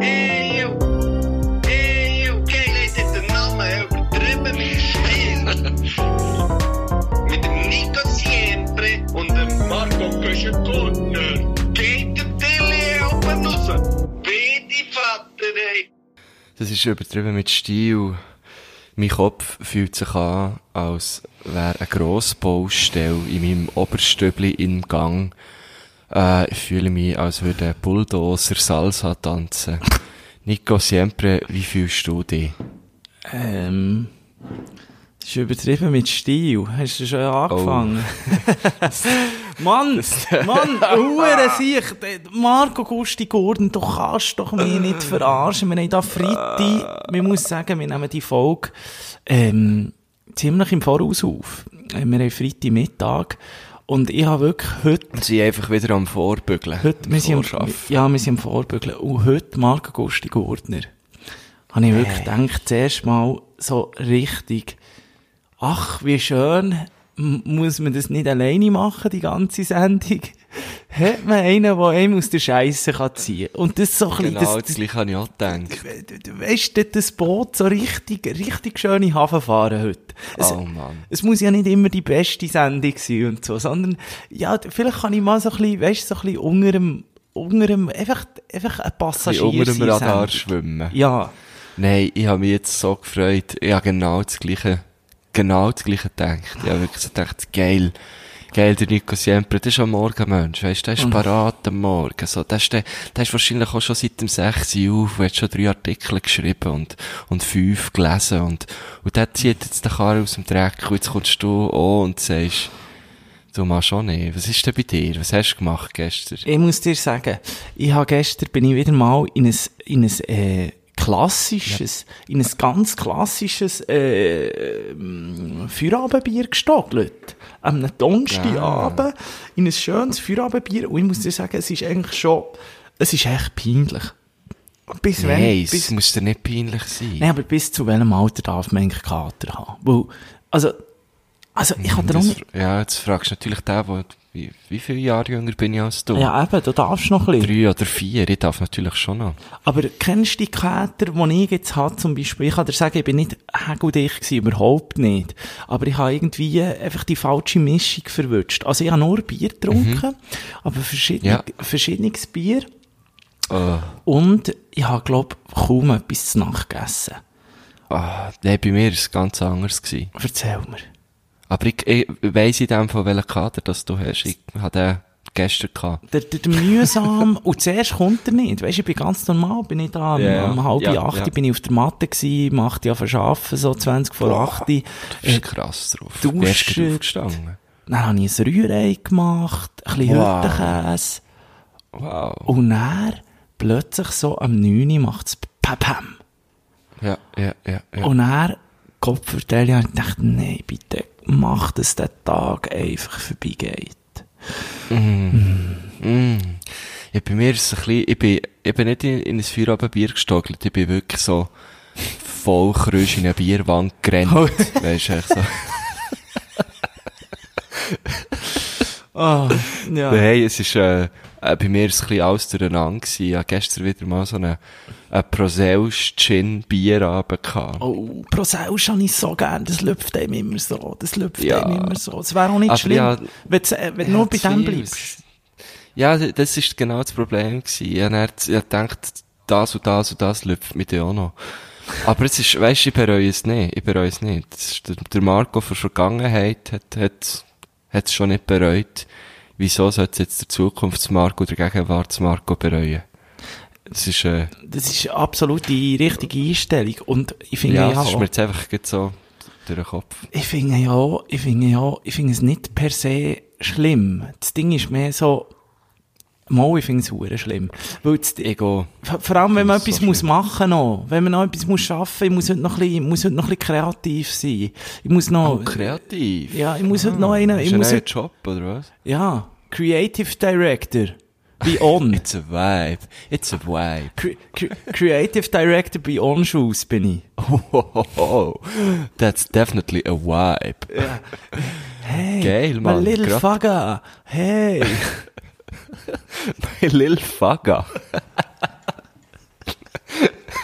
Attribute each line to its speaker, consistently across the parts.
Speaker 1: Eu, eu, quem leitet den Namen übertrieben im Stil? Mit dem Nico Siempre und dem Marco Peschenkundner geht der Tilly oben raus. Wie die Vater, ey.
Speaker 2: Das ist übertrieben mit Stil. Mein Kopf fühlt sich an, als wäre eine Grossbaustelle in meinem Oberstübli im Gang. Äh, ich fühle mich, als würde ein Bulldozer Salsa tanzen. Nico Siempre, wie fühlst du dich?
Speaker 3: Ähm, das ist übertrieben mit Stil. Hast du schon angefangen? Oh. Mann, Mann, Ruhe sich. Marco Gusti Gordon, du kannst doch mich nicht verarschen. Wir haben da Freitag, wir muss sagen, wir nehmen die Folge ähm, ziemlich im Voraus auf. Äh, Wir haben Freitagmittag und ich habe wirklich heute
Speaker 2: Wir sind einfach wieder am Vorbügeln.
Speaker 3: Heute, wir sind am,
Speaker 2: Vorschaffen.
Speaker 3: ja, wir sind am Vorbügeln. Und heute Marco Gusti Gordner. Habe ich wirklich gedacht, zuerst mal so richtig, ach, wie schön, m- muss man das nicht alleine machen, die ganze Sendung. Hat man einen, der einem aus der Scheiße kann ziehen kann. Und das so ein bisschen,
Speaker 2: Genau,
Speaker 3: das,
Speaker 2: das, gleiche habe ich auch gedacht.
Speaker 3: das, weißt du, das Boot so richtig, richtig schöne Hafen fahren heute. Es,
Speaker 2: Oh Mann.
Speaker 3: es muss ja nicht immer die beste Sendung sein und so, sondern, ja, d- vielleicht kann ich mal so ein bisschen, weißt du, so ein bisschen unter dem, unter dem, einfach, einfach ein
Speaker 2: Ich
Speaker 3: Passagier
Speaker 2: unter dem
Speaker 3: sein
Speaker 2: Radar
Speaker 3: Sendung.
Speaker 2: schwimmen.
Speaker 3: Ja.
Speaker 2: Nein, ich habe mich jetzt so gefreut. Ich habe genau das Gleiche, genau das Gleiche gedacht. Ich habe wirklich so gedacht, geil. Geil, der Nico Siempre, der ist am Morgen, Mensch, weisst, du, der ist
Speaker 3: Mhm.
Speaker 2: parat am Morgen, so, der ist, der, der ist wahrscheinlich auch schon seit dem 6. Uhr auf, und hat schon drei Artikel geschrieben und, und fünf gelesen und, und der zieht jetzt den Karren aus dem Dreck und jetzt kommst du an und sagst, du machst auch nicht, was ist denn bei dir, was hast du gemacht gestern?
Speaker 3: Ich muss dir sagen, ich habe gestern bin ich wieder mal in ein, in ein äh, klassisches, in ein ganz klassisches äh, ähm, Feierabendbier gestogelt. Am Donnerstagabend in ein schönes Feierabendbier. Und ich muss dir sagen, es ist eigentlich schon, es ist echt peinlich. Bis
Speaker 2: Nein, es
Speaker 3: bis,
Speaker 2: muss dir nicht peinlich sein.
Speaker 3: nein, aber bis zu welchem Alter darf man eigentlich Kater haben? Weil, also, also ich habe darum...
Speaker 2: Mhm, Das, ja, jetzt fragst du natürlich den, der, wie, wie viele Jahre jünger bin ich als du?
Speaker 3: Ja, eben, du darfst noch ein bisschen.
Speaker 2: Drei oder vier, ich darf natürlich schon noch.
Speaker 3: Aber kennst du die Kater, die ich jetzt habe, zum Beispiel? Ich kann dir sagen, ich bin nicht hegeldicht gewesen, überhaupt nicht. Aber ich habe irgendwie einfach die falsche Mischung verwünscht. Also ich habe nur Bier getrunken, aber verschiedene,
Speaker 2: Mhm. Ja.
Speaker 3: verschiedenes Bier.
Speaker 2: Oh.
Speaker 3: Und ich habe, glaube ich, kaum etwas zu Nacht gegessen.
Speaker 2: Ah, nein, bei mir war es ganz anders. Gewesen.
Speaker 3: Erzähl mir.
Speaker 2: Aber ich, ich weiss in dem Fall, welchen Kader das du hast. Ich hatte den gestern. Gehabt.
Speaker 3: Der, der, der mühsam, und zuerst kommt er nicht. Weißt du, ich bin ganz normal, bin ich da,
Speaker 2: Ja,
Speaker 3: um, um halb
Speaker 2: ja,
Speaker 3: acht
Speaker 2: ja.
Speaker 3: bin ich auf der Matte gsi, um acht Uhr arbeiten, so 20 vor acht.
Speaker 2: Du bist krass drauf.
Speaker 3: Äh, du
Speaker 2: Du bist
Speaker 3: shit.
Speaker 2: gerade aufgestanden.
Speaker 3: Dann habe ich ein Rührei gemacht, ein bisschen
Speaker 2: Wow.
Speaker 3: Hüttenkäse.
Speaker 2: Wow.
Speaker 3: Und dann, plötzlich so am 9 Uhr macht es Papam.
Speaker 2: Ja, ja, ja. ja.
Speaker 3: Und dann, Kopfverteile, und ich dachte, nein, bitte, mach, dass der Tag einfach vorbeigeht.
Speaker 2: Mm. Ja, bei mir ist es ein bisschen, ich bin, ich bin nicht in, in ein Feierabendbier gestogelt, ich bin wirklich so voll krüsch in eine Bierwand gerannt.
Speaker 3: Oh.
Speaker 2: Weißt du, echt so.
Speaker 3: Ah, ja.
Speaker 2: Nein, es ist, äh, äh, bei mir ist es ein bisschen alles durcheinander gewesen. Ich hatte gestern wieder mal so einen, einen Prosels-Gin-Bierabend gehabt.
Speaker 3: Oh, Prosaus habe ich so gern, das läuft einem immer so, das läuft
Speaker 2: Ja.
Speaker 3: einem immer so. Es wäre auch nicht
Speaker 2: Aber
Speaker 3: schlimm,
Speaker 2: ja,
Speaker 3: wenn du äh, wenn du nur bei
Speaker 2: Ja,
Speaker 3: dem
Speaker 2: zu viel.
Speaker 3: bleibst.
Speaker 2: Ja, d- das ist genau das Problem gewesen. Ich habe dann- ich habe gedacht, das und das und das läuft mit dir auch noch. Aber es ist, weisst du, ich bereue es nicht. Ich bereue es nicht. Es ist Der, der Marco von Vergangenheit hat, hat, hat es schon nicht bereut. Wieso sollte jetzt der Zukunfts-Marco oder der Gegenwarts-Marco bereuen? Das ist, äh,
Speaker 3: Das ist absolut die richtige Einstellung. Und ich finde
Speaker 2: ja,
Speaker 3: ja
Speaker 2: das ist
Speaker 3: auch-
Speaker 2: mir jetzt einfach gerade so durch den Kopf.
Speaker 3: Ich finde ja, ich finde ja, ich finde es nicht per se schlimm. Das Ding ist mehr so, mal, ich finde es hure schlimm. Weil das,
Speaker 2: Ego.
Speaker 3: v- vor allem, wenn man
Speaker 2: Ich find's
Speaker 3: etwas
Speaker 2: so
Speaker 3: muss
Speaker 2: schlimm.
Speaker 3: machen noch, wenn man noch etwas muss schaffen, ich muss heute noch ein bisschen, ich muss heute noch ein bisschen kreativ sein. Ich muss noch,
Speaker 2: kreativ. Ah,
Speaker 3: ja, ich muss heute noch einen,
Speaker 2: Hast
Speaker 3: ich
Speaker 2: du
Speaker 3: muss
Speaker 2: einen
Speaker 3: heute,
Speaker 2: Job, oder was?
Speaker 3: ja, Creative Director. Be on.
Speaker 2: It's a vibe. It's a vibe.
Speaker 3: Cre Cre Creative Director bei On Shoes bin ich.
Speaker 2: Oh, that's definitely a vibe.
Speaker 3: Hey,
Speaker 2: Geil,
Speaker 3: my
Speaker 2: Mann,
Speaker 3: little
Speaker 2: grad-
Speaker 3: fucker. Hey.
Speaker 2: Hey, Lil Fugger.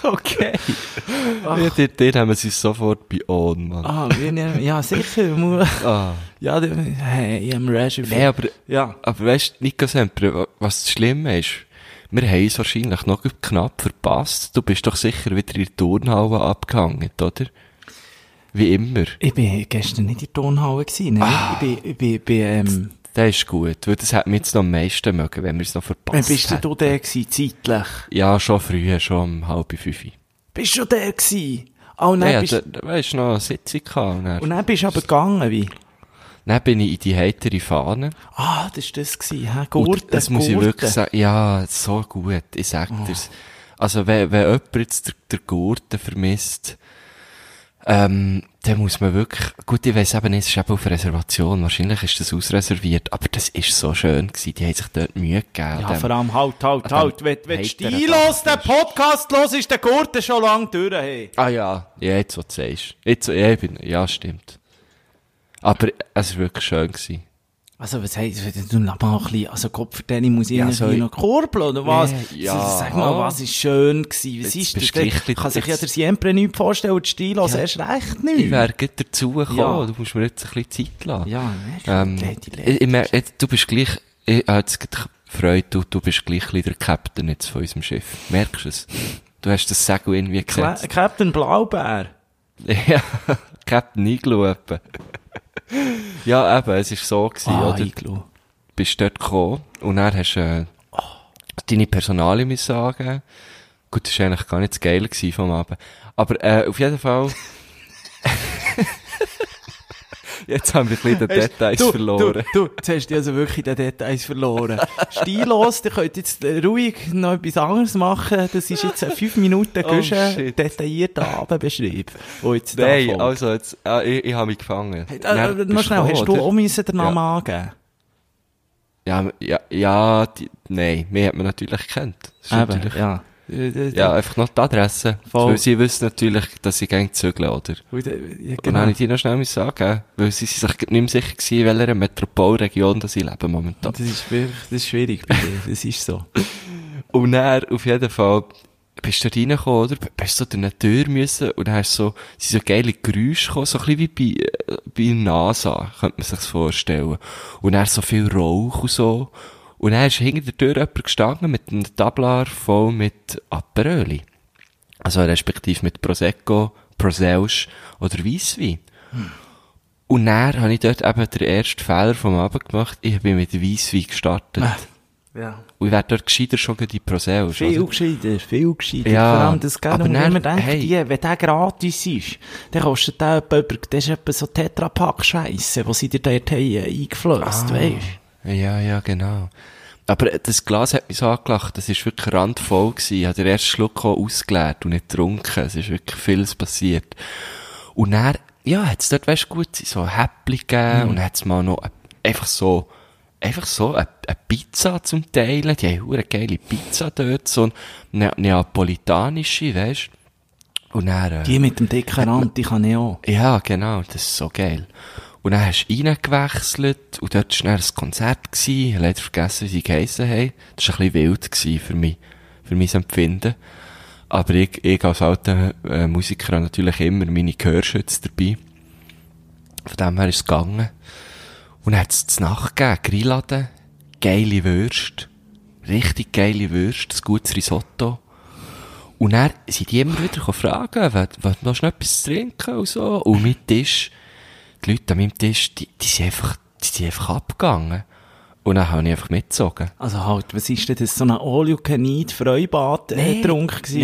Speaker 3: Okay. Ach.
Speaker 2: Ja, dir, dir haben sie sofort bei On, Mann.
Speaker 3: Ah, wir nehmen, ja, sicher. mu-
Speaker 2: Ah.
Speaker 3: Ja, der- hey, ich habe Reggie.
Speaker 2: Nee, aber,
Speaker 3: Ja.
Speaker 2: aber weißt du, Nico Semper, wa- was das Schlimme ist, wir haben es wahrscheinlich noch knapp verpasst. Du bist doch sicher wieder in der Turnhalle abgehangen, oder? Wie immer.
Speaker 3: Ich bin gestern nicht in der Turnhalle gewesen, ne?
Speaker 2: Ah.
Speaker 3: Ich bin, ich bin, ich bin, ähm,
Speaker 2: Das ist gut, weil das hätte mir jetzt noch am meisten mögen, wenn wir es noch
Speaker 3: wann
Speaker 2: verpasst
Speaker 3: äh, bist denn
Speaker 2: hätten.
Speaker 3: du der gewesen, zeitlich?
Speaker 2: Ja, schon früher, schon um halb fünf.
Speaker 3: Bist du der gewesen? Ah, und dann
Speaker 2: Nein,
Speaker 3: bist,
Speaker 2: ja, da, weißt du, noch eine Sitzung gehabt. Und
Speaker 3: und
Speaker 2: dann,
Speaker 3: dann bist du aber gegangen, wie?
Speaker 2: dann bin ich in die heitere Fahne.
Speaker 3: Ah, das ist das gewesen, hä?
Speaker 2: Und
Speaker 3: Gurten,
Speaker 2: das muss ich
Speaker 3: Gurten.
Speaker 2: wirklich sagen. Ja, so gut. Ich sag
Speaker 3: Oh.
Speaker 2: dir's. Also, wenn, wenn jemand jetzt der, der Gurten vermisst, ähm, dann muss man wirklich, gut, ich weiss eben nicht, es ist eben auf Reservation. Wahrscheinlich ist das ausreserviert. Aber das ist so schön gewesen. Die haben sich dort Mühe gegeben.
Speaker 3: Ja,
Speaker 2: Dem-
Speaker 3: vor allem, halt, halt,
Speaker 2: dem
Speaker 3: halt. Wenn, wenn du
Speaker 2: heiteren
Speaker 3: die los, den
Speaker 2: Tag
Speaker 3: Podcast los, ist der Gurten schon lang durch, hey.
Speaker 2: Ah ja, ja jetzt, was du sagst. Jetzt, ja, ich bin, ja, stimmt. Aber es war wirklich schön. Gewesen.
Speaker 3: Also, was heißt, du lass mal ein bisschen, also Kopf verdienen, muss ich
Speaker 2: Ja,
Speaker 3: irgendwie
Speaker 2: so ich-
Speaker 3: noch kurbeln, oder was?
Speaker 2: Nee,
Speaker 3: Also,
Speaker 2: ja.
Speaker 3: Sag mal, was ist schön gewesen?
Speaker 2: Jetzt
Speaker 3: Was
Speaker 2: bist
Speaker 3: ist
Speaker 2: du
Speaker 3: das?
Speaker 2: gleich
Speaker 3: denn?
Speaker 2: ein
Speaker 3: Kann sich ja
Speaker 2: bisschen-
Speaker 3: der Siempre nicht vorstellen und die Stilos erst recht nicht.
Speaker 2: Ich wäre gleich dazugekommen,
Speaker 3: Hm. Ja.
Speaker 2: du musst mir jetzt ein bisschen Zeit lassen.
Speaker 3: ja, ne?
Speaker 2: Ähm,
Speaker 3: Die- die Leute.
Speaker 2: ich, ich merke, jetzt, du bist gleich, ich habe jetzt gerade gefreut, du, du bist gleich ein bisschen der Captain jetzt von unserem Schiff. Merkst du es? Du hast das Segel irgendwie
Speaker 3: Cla-
Speaker 2: gesetzt.
Speaker 3: Captain Blaubär.
Speaker 2: ja, Captain Iglo etwa. ja, eben, es war so, gewesen,
Speaker 3: Ah,
Speaker 2: oder?
Speaker 3: Iglo.
Speaker 2: Du bist dort gekommen und dann hast du äh, deine Personale müssen angeben. Gut, das war eigentlich gar nicht das Geile gewesen vom Abend. Aber äh, auf jeden Fall... Jetzt haben wir ein bisschen den
Speaker 3: Hast-
Speaker 2: Details
Speaker 3: du,
Speaker 2: verloren.
Speaker 3: Du, du, jetzt hast du also wirklich den Details verloren. Stilos, ihr könnt jetzt äh, ruhig noch etwas anderes machen. Das ist jetzt ein 5 Minuten
Speaker 2: Oh,
Speaker 3: Guschen
Speaker 2: shit.
Speaker 3: detaillierter Abendbeschreib, wo jetzt da
Speaker 2: Nein,
Speaker 3: folgt.
Speaker 2: also jetzt, ah, ich, ich habe mich gefangen.
Speaker 3: Hey,
Speaker 2: Dann
Speaker 3: äh, äh,
Speaker 2: bist
Speaker 3: noch schnell, hast du
Speaker 2: gekommen,
Speaker 3: auch
Speaker 2: oder?
Speaker 3: müssen den Namen angeben?
Speaker 2: Ja, ja, ja, die, nein, mir hat man natürlich gekannt. Das ist natürlich, ja.
Speaker 3: ja. Äh, äh,
Speaker 2: einfach noch die Adresse.
Speaker 3: Voll.
Speaker 2: Weil sie wissen natürlich, dass ich gerne zügle, oder?
Speaker 3: Und, äh, ja,
Speaker 2: Und dann
Speaker 3: genau.
Speaker 2: habe ich dir noch schnell müssen sagen, weil sie sind sich nicht mehr sicher gewesen, in welcher Metropolregion dass ich lebe momentan.
Speaker 3: Das ist wirklich, das ist schwierig bei dir. Das ist so.
Speaker 2: Und dann, auf jeden Fall, bist du da reingekommen, oder? B- Bist du durch eine Tür müssen und dann hast du so, sind so geile Geräusche gekommen, so ein bisschen wie bei, äh, bei NASA, könnte man sich's vorstellen. Und dann so viel Rauch und so. Und dann ist hinter der Tür jemand gestanden mit einem Tablar voll mit Aperöli. Also respektive mit Prosecco, Proselsch oder Weisswein. Und dann habe ich dort eben den ersten Fehler vom Abend gemacht. Ich bin mit Weisswein gestartet.
Speaker 3: Ja.
Speaker 2: Und ich wär dort gescheiter schon gleich in die Proselsch.
Speaker 3: Ah. Viel
Speaker 2: oder?
Speaker 3: gescheiter, viel gescheiter.
Speaker 2: Also, Ja,
Speaker 3: Vor allem das Geld,
Speaker 2: aber
Speaker 3: wo man
Speaker 2: dann-
Speaker 3: immer denkt,
Speaker 2: hey.
Speaker 3: die, wenn der gratis ist, dann kostet der etwa, über- das ist etwa so Tetrapack-Scheisse, die sie dir dort haben äh, eingeflößt,
Speaker 2: Ah.
Speaker 3: weisst
Speaker 2: Ja, ja, genau. Aber äh, das Glas hat mich so angelacht, das ist wirklich randvoll gewesen. Ich habe den ersten Schluck auch ausgeleert und nicht getrunken. Es ist wirklich vieles passiert. Und dann, ja, hat's dort, weißt du, gut, so Häppchen gegeben und hat's mal noch äh, einfach so, einfach so eine, eine Pizza zum Teilen. Die haben eine geile Pizza dort, so eine neapolitanische, weißt du. Und dann, äh,
Speaker 3: Die mit dem dicken Rand, die kann ich auch.
Speaker 2: ja, genau, das ist so geil. Und dann hast du reingewechselt und dort war dann ein Konzert. Gewesen. Ich habe leider vergessen, wie sie geheissen haben. Das war ein bisschen wild gewesen für mich, für mein Empfinden. Aber ich, ich als alter äh, Musiker habe natürlich immer meine Gehörschütze dabei. Von dem her ist es gegangen. Und dann hat es zu Nacht gegeben, Grilladen, geile Würste, richtig geile Würste, ein gutes Risotto. Und dann sind die immer wieder fragen, was du noch schnell etwas zu trinken und so. Und mein Tisch, die Leute an meinem Tisch, die, die sind einfach, die sind einfach abgegangen. Und dann habe ich einfach mitgezogen.
Speaker 3: Also halt, was ist denn das, so ein All-You-Can-Eat-Freibad-Trunk
Speaker 2: Nee,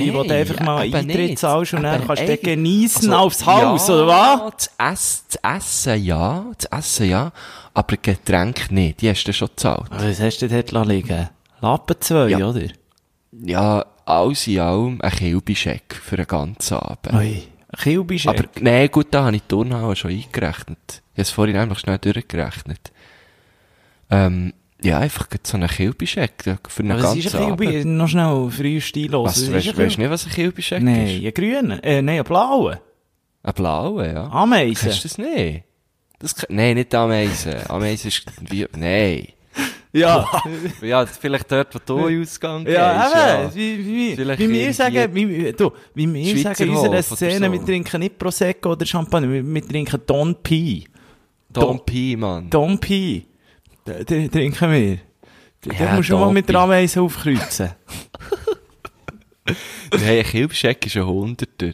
Speaker 3: gewesen, wo du einfach mal
Speaker 2: eben
Speaker 3: Eintritt
Speaker 2: nicht.
Speaker 3: zahlst und dann
Speaker 2: Eben,
Speaker 3: kannst du
Speaker 2: ey,
Speaker 3: den geniessen
Speaker 2: also,
Speaker 3: aufs Haus,
Speaker 2: ja,
Speaker 3: oder was?
Speaker 2: Das Essen, das Essen ja, das Essen ja, aber Getränk nicht, die hast du schon gezahlt.
Speaker 3: Aber was hast du dort liegen lassen? Lappen zwei,
Speaker 2: Ja.
Speaker 3: oder?
Speaker 2: Ja, alles in allem ein Kilbischeck für den ganzen Abend.
Speaker 3: Ui, Kilbischek.
Speaker 2: Aber nein, gut, da habe ich die Turnhalle schon eingerechnet. Ich habe es vorhin einfach schnell durchgerechnet. Ähm, ja, einfach gerade so einen Kilbischeck ja, für einen
Speaker 3: Aber es ist
Speaker 2: ganzen
Speaker 3: ein
Speaker 2: Abend.
Speaker 3: Kilbischek, noch schnell, früh stilos. Es
Speaker 2: Was,
Speaker 3: ist
Speaker 2: weißt,
Speaker 3: ein
Speaker 2: weißt du nicht, was ein Kilbischeck
Speaker 3: Nein,
Speaker 2: ist?
Speaker 3: ein grüner, äh, nein, ein blauer.
Speaker 2: Ein blauer, ja.
Speaker 3: Ameisen.
Speaker 2: Kennst du das nicht? Das, ke- nein, nicht Ameisen. Ameisen ist wie, nein.
Speaker 3: Ja.
Speaker 2: Ja, vielleicht dort, wo du in den Ausgang gehst.
Speaker 3: Ja, eben. Wie, wie,
Speaker 2: Vielleicht
Speaker 3: wie wir
Speaker 2: irgendwie-
Speaker 3: sagen, wie, wie- du, wie wir
Speaker 2: Schweizer
Speaker 3: sagen in unserer
Speaker 2: Hof oder
Speaker 3: Szene,
Speaker 2: so.
Speaker 3: wir trinken nicht Prosecco oder Champagner, wir, wir trinken Don P.
Speaker 2: Tom P, Mann.
Speaker 3: Don P. Eh, Den- Den trinken wir. Den
Speaker 2: Ja,
Speaker 3: musst du mal
Speaker 2: Don
Speaker 3: mit
Speaker 2: P.
Speaker 3: der Ameise aufkreuzen.
Speaker 2: Nein, ein Kilbscheck ist ein Hunderter.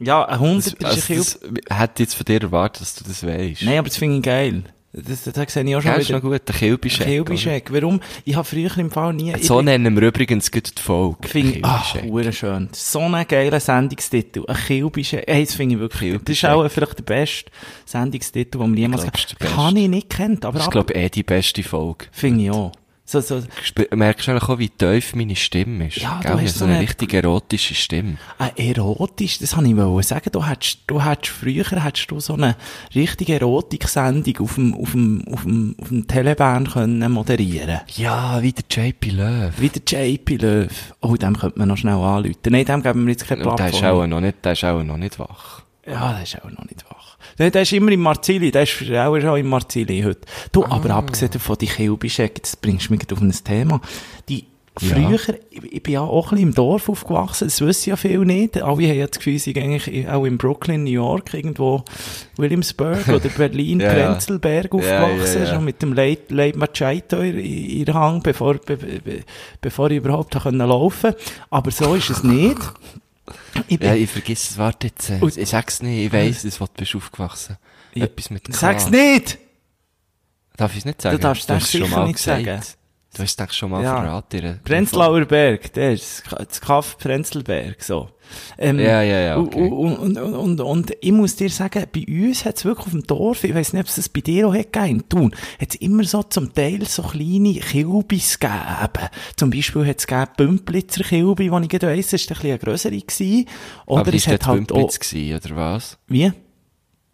Speaker 3: ja, ein
Speaker 2: Das,
Speaker 3: Hunderter ist ein
Speaker 2: also, das hätte jetzt von dir erwartet, dass du das weisst.
Speaker 3: Nein, aber das finde ich geil. Das, das, das sehe ich auch schon
Speaker 2: das ist
Speaker 3: wieder.
Speaker 2: noch gut, ein Kilbscheck.
Speaker 3: Kilbischek. Warum? Ich habe früher im Fall nie...
Speaker 2: So nennen wir übrigens gut die Folge.
Speaker 3: Ich finde, ach,
Speaker 2: Kilbscheck.
Speaker 3: hure schön. So ein geiler Sendungstitel. Ein Kilbische. Ey, das finde ich wirklich. Das ist auch vielleicht der beste Sendungstitel, den wir jemals
Speaker 2: glaub, es ist der
Speaker 3: gehabt
Speaker 2: beste.
Speaker 3: Kann ich nicht kennt, aber
Speaker 2: Das ist,
Speaker 3: ab,
Speaker 2: glaube ich, eh die beste Folge.
Speaker 3: finde ich auch. So, so,
Speaker 2: Sp- Merkst du eigentlich auch, wie tief meine Stimme ist?
Speaker 3: Ja, du
Speaker 2: Gell, ich
Speaker 3: hast
Speaker 2: habe
Speaker 3: so
Speaker 2: so eine
Speaker 3: eine-
Speaker 2: richtig erotische Stimme.
Speaker 3: äh, erotisch, das habe ich wollen sagen. Du hättest, du hättest früher, hättest du so eine richtige Erotik-Sendung auf dem, auf dem, auf dem, auf dem Telebahn können moderieren.
Speaker 2: Ja, wie der JP Löw.
Speaker 3: Wie der JP Löw. Oh, dem könnte man noch schnell anrufen. Nein, dem geben wir jetzt keine
Speaker 2: Und
Speaker 3: Plattform.
Speaker 2: der ist auch noch nicht, der ist auch noch nicht wach.
Speaker 3: Ja, der ist auch noch nicht wach. Der, der ist immer im Marzili, der ist auch schon im Marzili heute. Du,
Speaker 2: Ah.
Speaker 3: aber abgesehen von die Kilbischek, das bringst du mich gerade auf ein Thema. Die
Speaker 2: Ja.
Speaker 3: Früher, ich, ich bin ja auch ein bisschen im Dorf aufgewachsen, das wissen ja viele nicht. Alle haben ja das Gefühl, sie sind eigentlich auch in Brooklyn, New York, irgendwo Williamsburg oder Berlin,
Speaker 2: Ja, ja.
Speaker 3: Prenzlberg aufgewachsen, schon mit dem Late, Late Machado in, in der Hang, bevor, be, be, bevor ich überhaupt habe können laufen Aber so ist es nicht. Ich bin-
Speaker 2: Ja, ich vergiss es, warte jetzt. äh,
Speaker 3: Und-
Speaker 2: Ich sag's nicht, ich weiss es, wo du bist aufgewachsen.
Speaker 3: Ja.
Speaker 2: Etwas mit K.
Speaker 3: Sag's nicht!
Speaker 2: Darf ich es nicht sagen?
Speaker 3: Du darfst das
Speaker 2: hast es schon
Speaker 3: sicher
Speaker 2: mal
Speaker 3: nicht
Speaker 2: gesagt.
Speaker 3: sagen.
Speaker 2: Du hast es schon mal
Speaker 3: Ja.
Speaker 2: verraten. in einer-
Speaker 3: Prenzlauer Berg, der ist das Ka- das Kaff Prenzlberg, so. Ähm,
Speaker 2: Ja, ja, ja, okay.
Speaker 3: Und, und, und, und, und ich muss dir sagen, bei uns hat es wirklich auf dem Dorf, ich weiss nicht, ob es das bei dir auch hat gegeben, im Thun, hat es immer so zum Teil so kleine Kilbis gegeben. Zum Beispiel hat es gegeben Bümplitzer Kilbi, die ich gerade weiss, ist ein bisschen eine grössere gewesen. Oder
Speaker 2: Aber
Speaker 3: es
Speaker 2: ist
Speaker 3: hat
Speaker 2: das
Speaker 3: halt auch,
Speaker 2: Bümplitz gewesen, oder was?
Speaker 3: wie?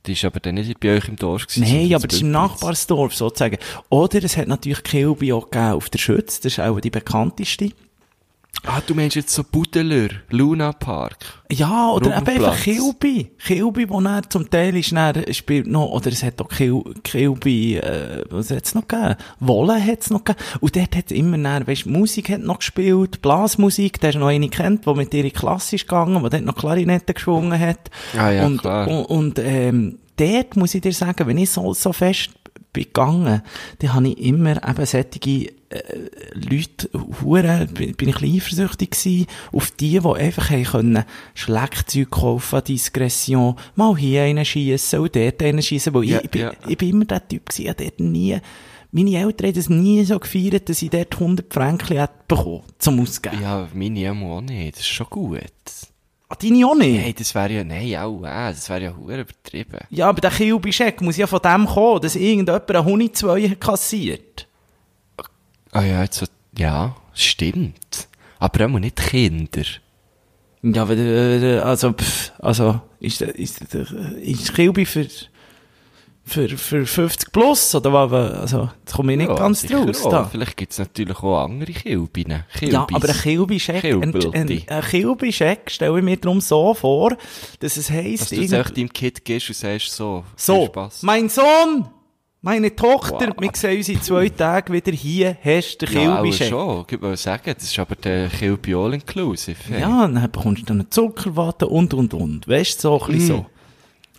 Speaker 2: Die ist aber dann nicht bei euch im Dorf gewesen.
Speaker 3: Nein,
Speaker 2: sondern
Speaker 3: aber das ist im
Speaker 2: Bümpliz.
Speaker 3: Nachbarsdorf sozusagen. Oder es hat natürlich Kilbi auch gegeben auf der Schütz, das ist auch die bekannteste.
Speaker 2: Ah, du meinst jetzt so Budeler, Luna Park.
Speaker 3: Ja, oder eben
Speaker 2: Rummelplatz.
Speaker 3: einfach Kilby. Kilby, wo er zum Teil ist, er spielt noch, oder es hat auch Kil, Kilby, äh, was hat's noch gegeben? Wolle hat's noch gegeben. Und dort hat immer, dann, weisst, Musik hat noch gespielt, Blasmusik, da hast du noch eine kennt, die mit ihrer Klasse ist gegangen, die dort noch Klarinette geschwungen hat.
Speaker 2: Ah ja,
Speaker 3: und,
Speaker 2: klar.
Speaker 3: Und, und ähm, dort muss ich dir sagen, wenn ich so, so fest bin gegangen, dann habe ich immer eben solche äh, Leute, hure, bin bin ich ein bisschen eifersüchtig gewesen, auf die, die einfach haben können, Schleckzeug kaufen, an Diskretion, mal hier einen schiessen und dort einen schiessen, weil
Speaker 2: Ja,
Speaker 3: ich, ich, bin,
Speaker 2: ja.
Speaker 3: ich bin immer der Typ gewesen, ich habe dort nie, meine Eltern haben das nie so gefeiert, dass ich dort 100 Franken hätte bekommen, zum Ausgeben.
Speaker 2: Ja, meine Emo auch nicht. Das ist schon gut.
Speaker 3: Ah, Deine auch nicht?
Speaker 2: Hey, das wäre ja, nein, auch, äh, das wäre ja hure übertrieben.
Speaker 3: Ja, aber der Kilbischeck muss ja von dem kommen, dass irgendjemand einen Huni 2 kassiert.
Speaker 2: Ah ja, jetzt, so- ja, stimmt. Aber auch nicht Kinder.
Speaker 3: Ja, aber, äh, also, pff, also, ist, der- ist, der- ist Kilby für, für, für 50 plus, oder was? Also, das komme ich nicht
Speaker 2: Ja,
Speaker 3: ganz
Speaker 2: sicher
Speaker 3: draus,
Speaker 2: auch.
Speaker 3: da.
Speaker 2: Vielleicht gibt's natürlich auch andere Kilbinnen. Kilbis.
Speaker 3: Ja, aber ein Kilbischeck, ein,
Speaker 2: Kilbildi.
Speaker 3: ein, ein Kilbischeck stelle ich mir darum so vor, dass es
Speaker 2: Dass
Speaker 3: heisst,
Speaker 2: du jetzt
Speaker 3: irgend-
Speaker 2: einfach deinem Kind gehst und sagst so, viel
Speaker 3: so,
Speaker 2: Spass.
Speaker 3: mein Sohn, meine Tochter,
Speaker 2: Wow.
Speaker 3: wir sehen uns in zwei Tagen wieder hier, hast du den
Speaker 2: ja, aber
Speaker 3: Kilbischeck.
Speaker 2: schon, ich würde sagen, das ist aber der Kilbi All Inclusive. hey.
Speaker 3: Ja, und dann bekommst du dann eine Zuckerwatte und, und, und. Weißt du, so
Speaker 2: Mm.
Speaker 3: ein bisschen so.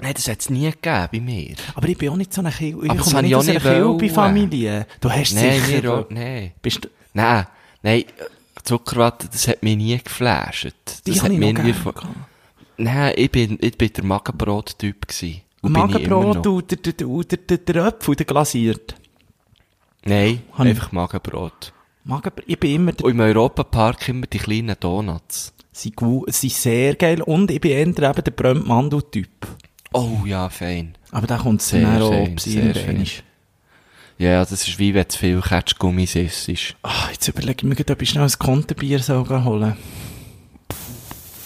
Speaker 2: Nein, das hat's nie gegeben bei mir.
Speaker 3: Aber ich bin auch nicht so eine Kilbi, ich
Speaker 2: Aber das
Speaker 3: komme
Speaker 2: habe
Speaker 3: nicht
Speaker 2: ich
Speaker 3: aus
Speaker 2: auch
Speaker 3: einer
Speaker 2: nicht wollen.
Speaker 3: Kilbi-Familie. Du hast
Speaker 2: Nein,
Speaker 3: sicher...
Speaker 2: mir auch, nein.
Speaker 3: Bist du...
Speaker 2: Nein, nein, Zuckerwatte, das hat mich nie geflasht. Das
Speaker 3: Die
Speaker 2: hat
Speaker 3: habe ich
Speaker 2: mich
Speaker 3: noch
Speaker 2: nie
Speaker 3: gerne
Speaker 2: von-
Speaker 3: gehabt.
Speaker 2: Nein, ich bin, ich bin der Magenbrot-Typ gewesen. Und bin ich immer noch.
Speaker 3: Magenbrot und der, der, der, der, der Apfel, der glasiert.
Speaker 2: Nein,
Speaker 3: Hab ich-
Speaker 2: einfach Magenbrot.
Speaker 3: Magenbrot, ich bin immer... Der,
Speaker 2: Und im Europapark immer die kleinen Donuts.
Speaker 3: sie, gu- sie sehr geil und ich bin eher eben der Bröntmandel-Typ.
Speaker 2: Oh ja, fein.
Speaker 3: Aber da kommt es
Speaker 2: Sehr
Speaker 3: dann auch,
Speaker 2: schön,
Speaker 3: ob sie
Speaker 2: sehr
Speaker 3: irgendwann
Speaker 2: schön.
Speaker 3: ist.
Speaker 2: Ja, das ist wie wenn zu viel Ketschgummis isst.
Speaker 3: Ah, jetzt überlege ich mir gerade, ob ich schnell ein Konterbier soll gehen holen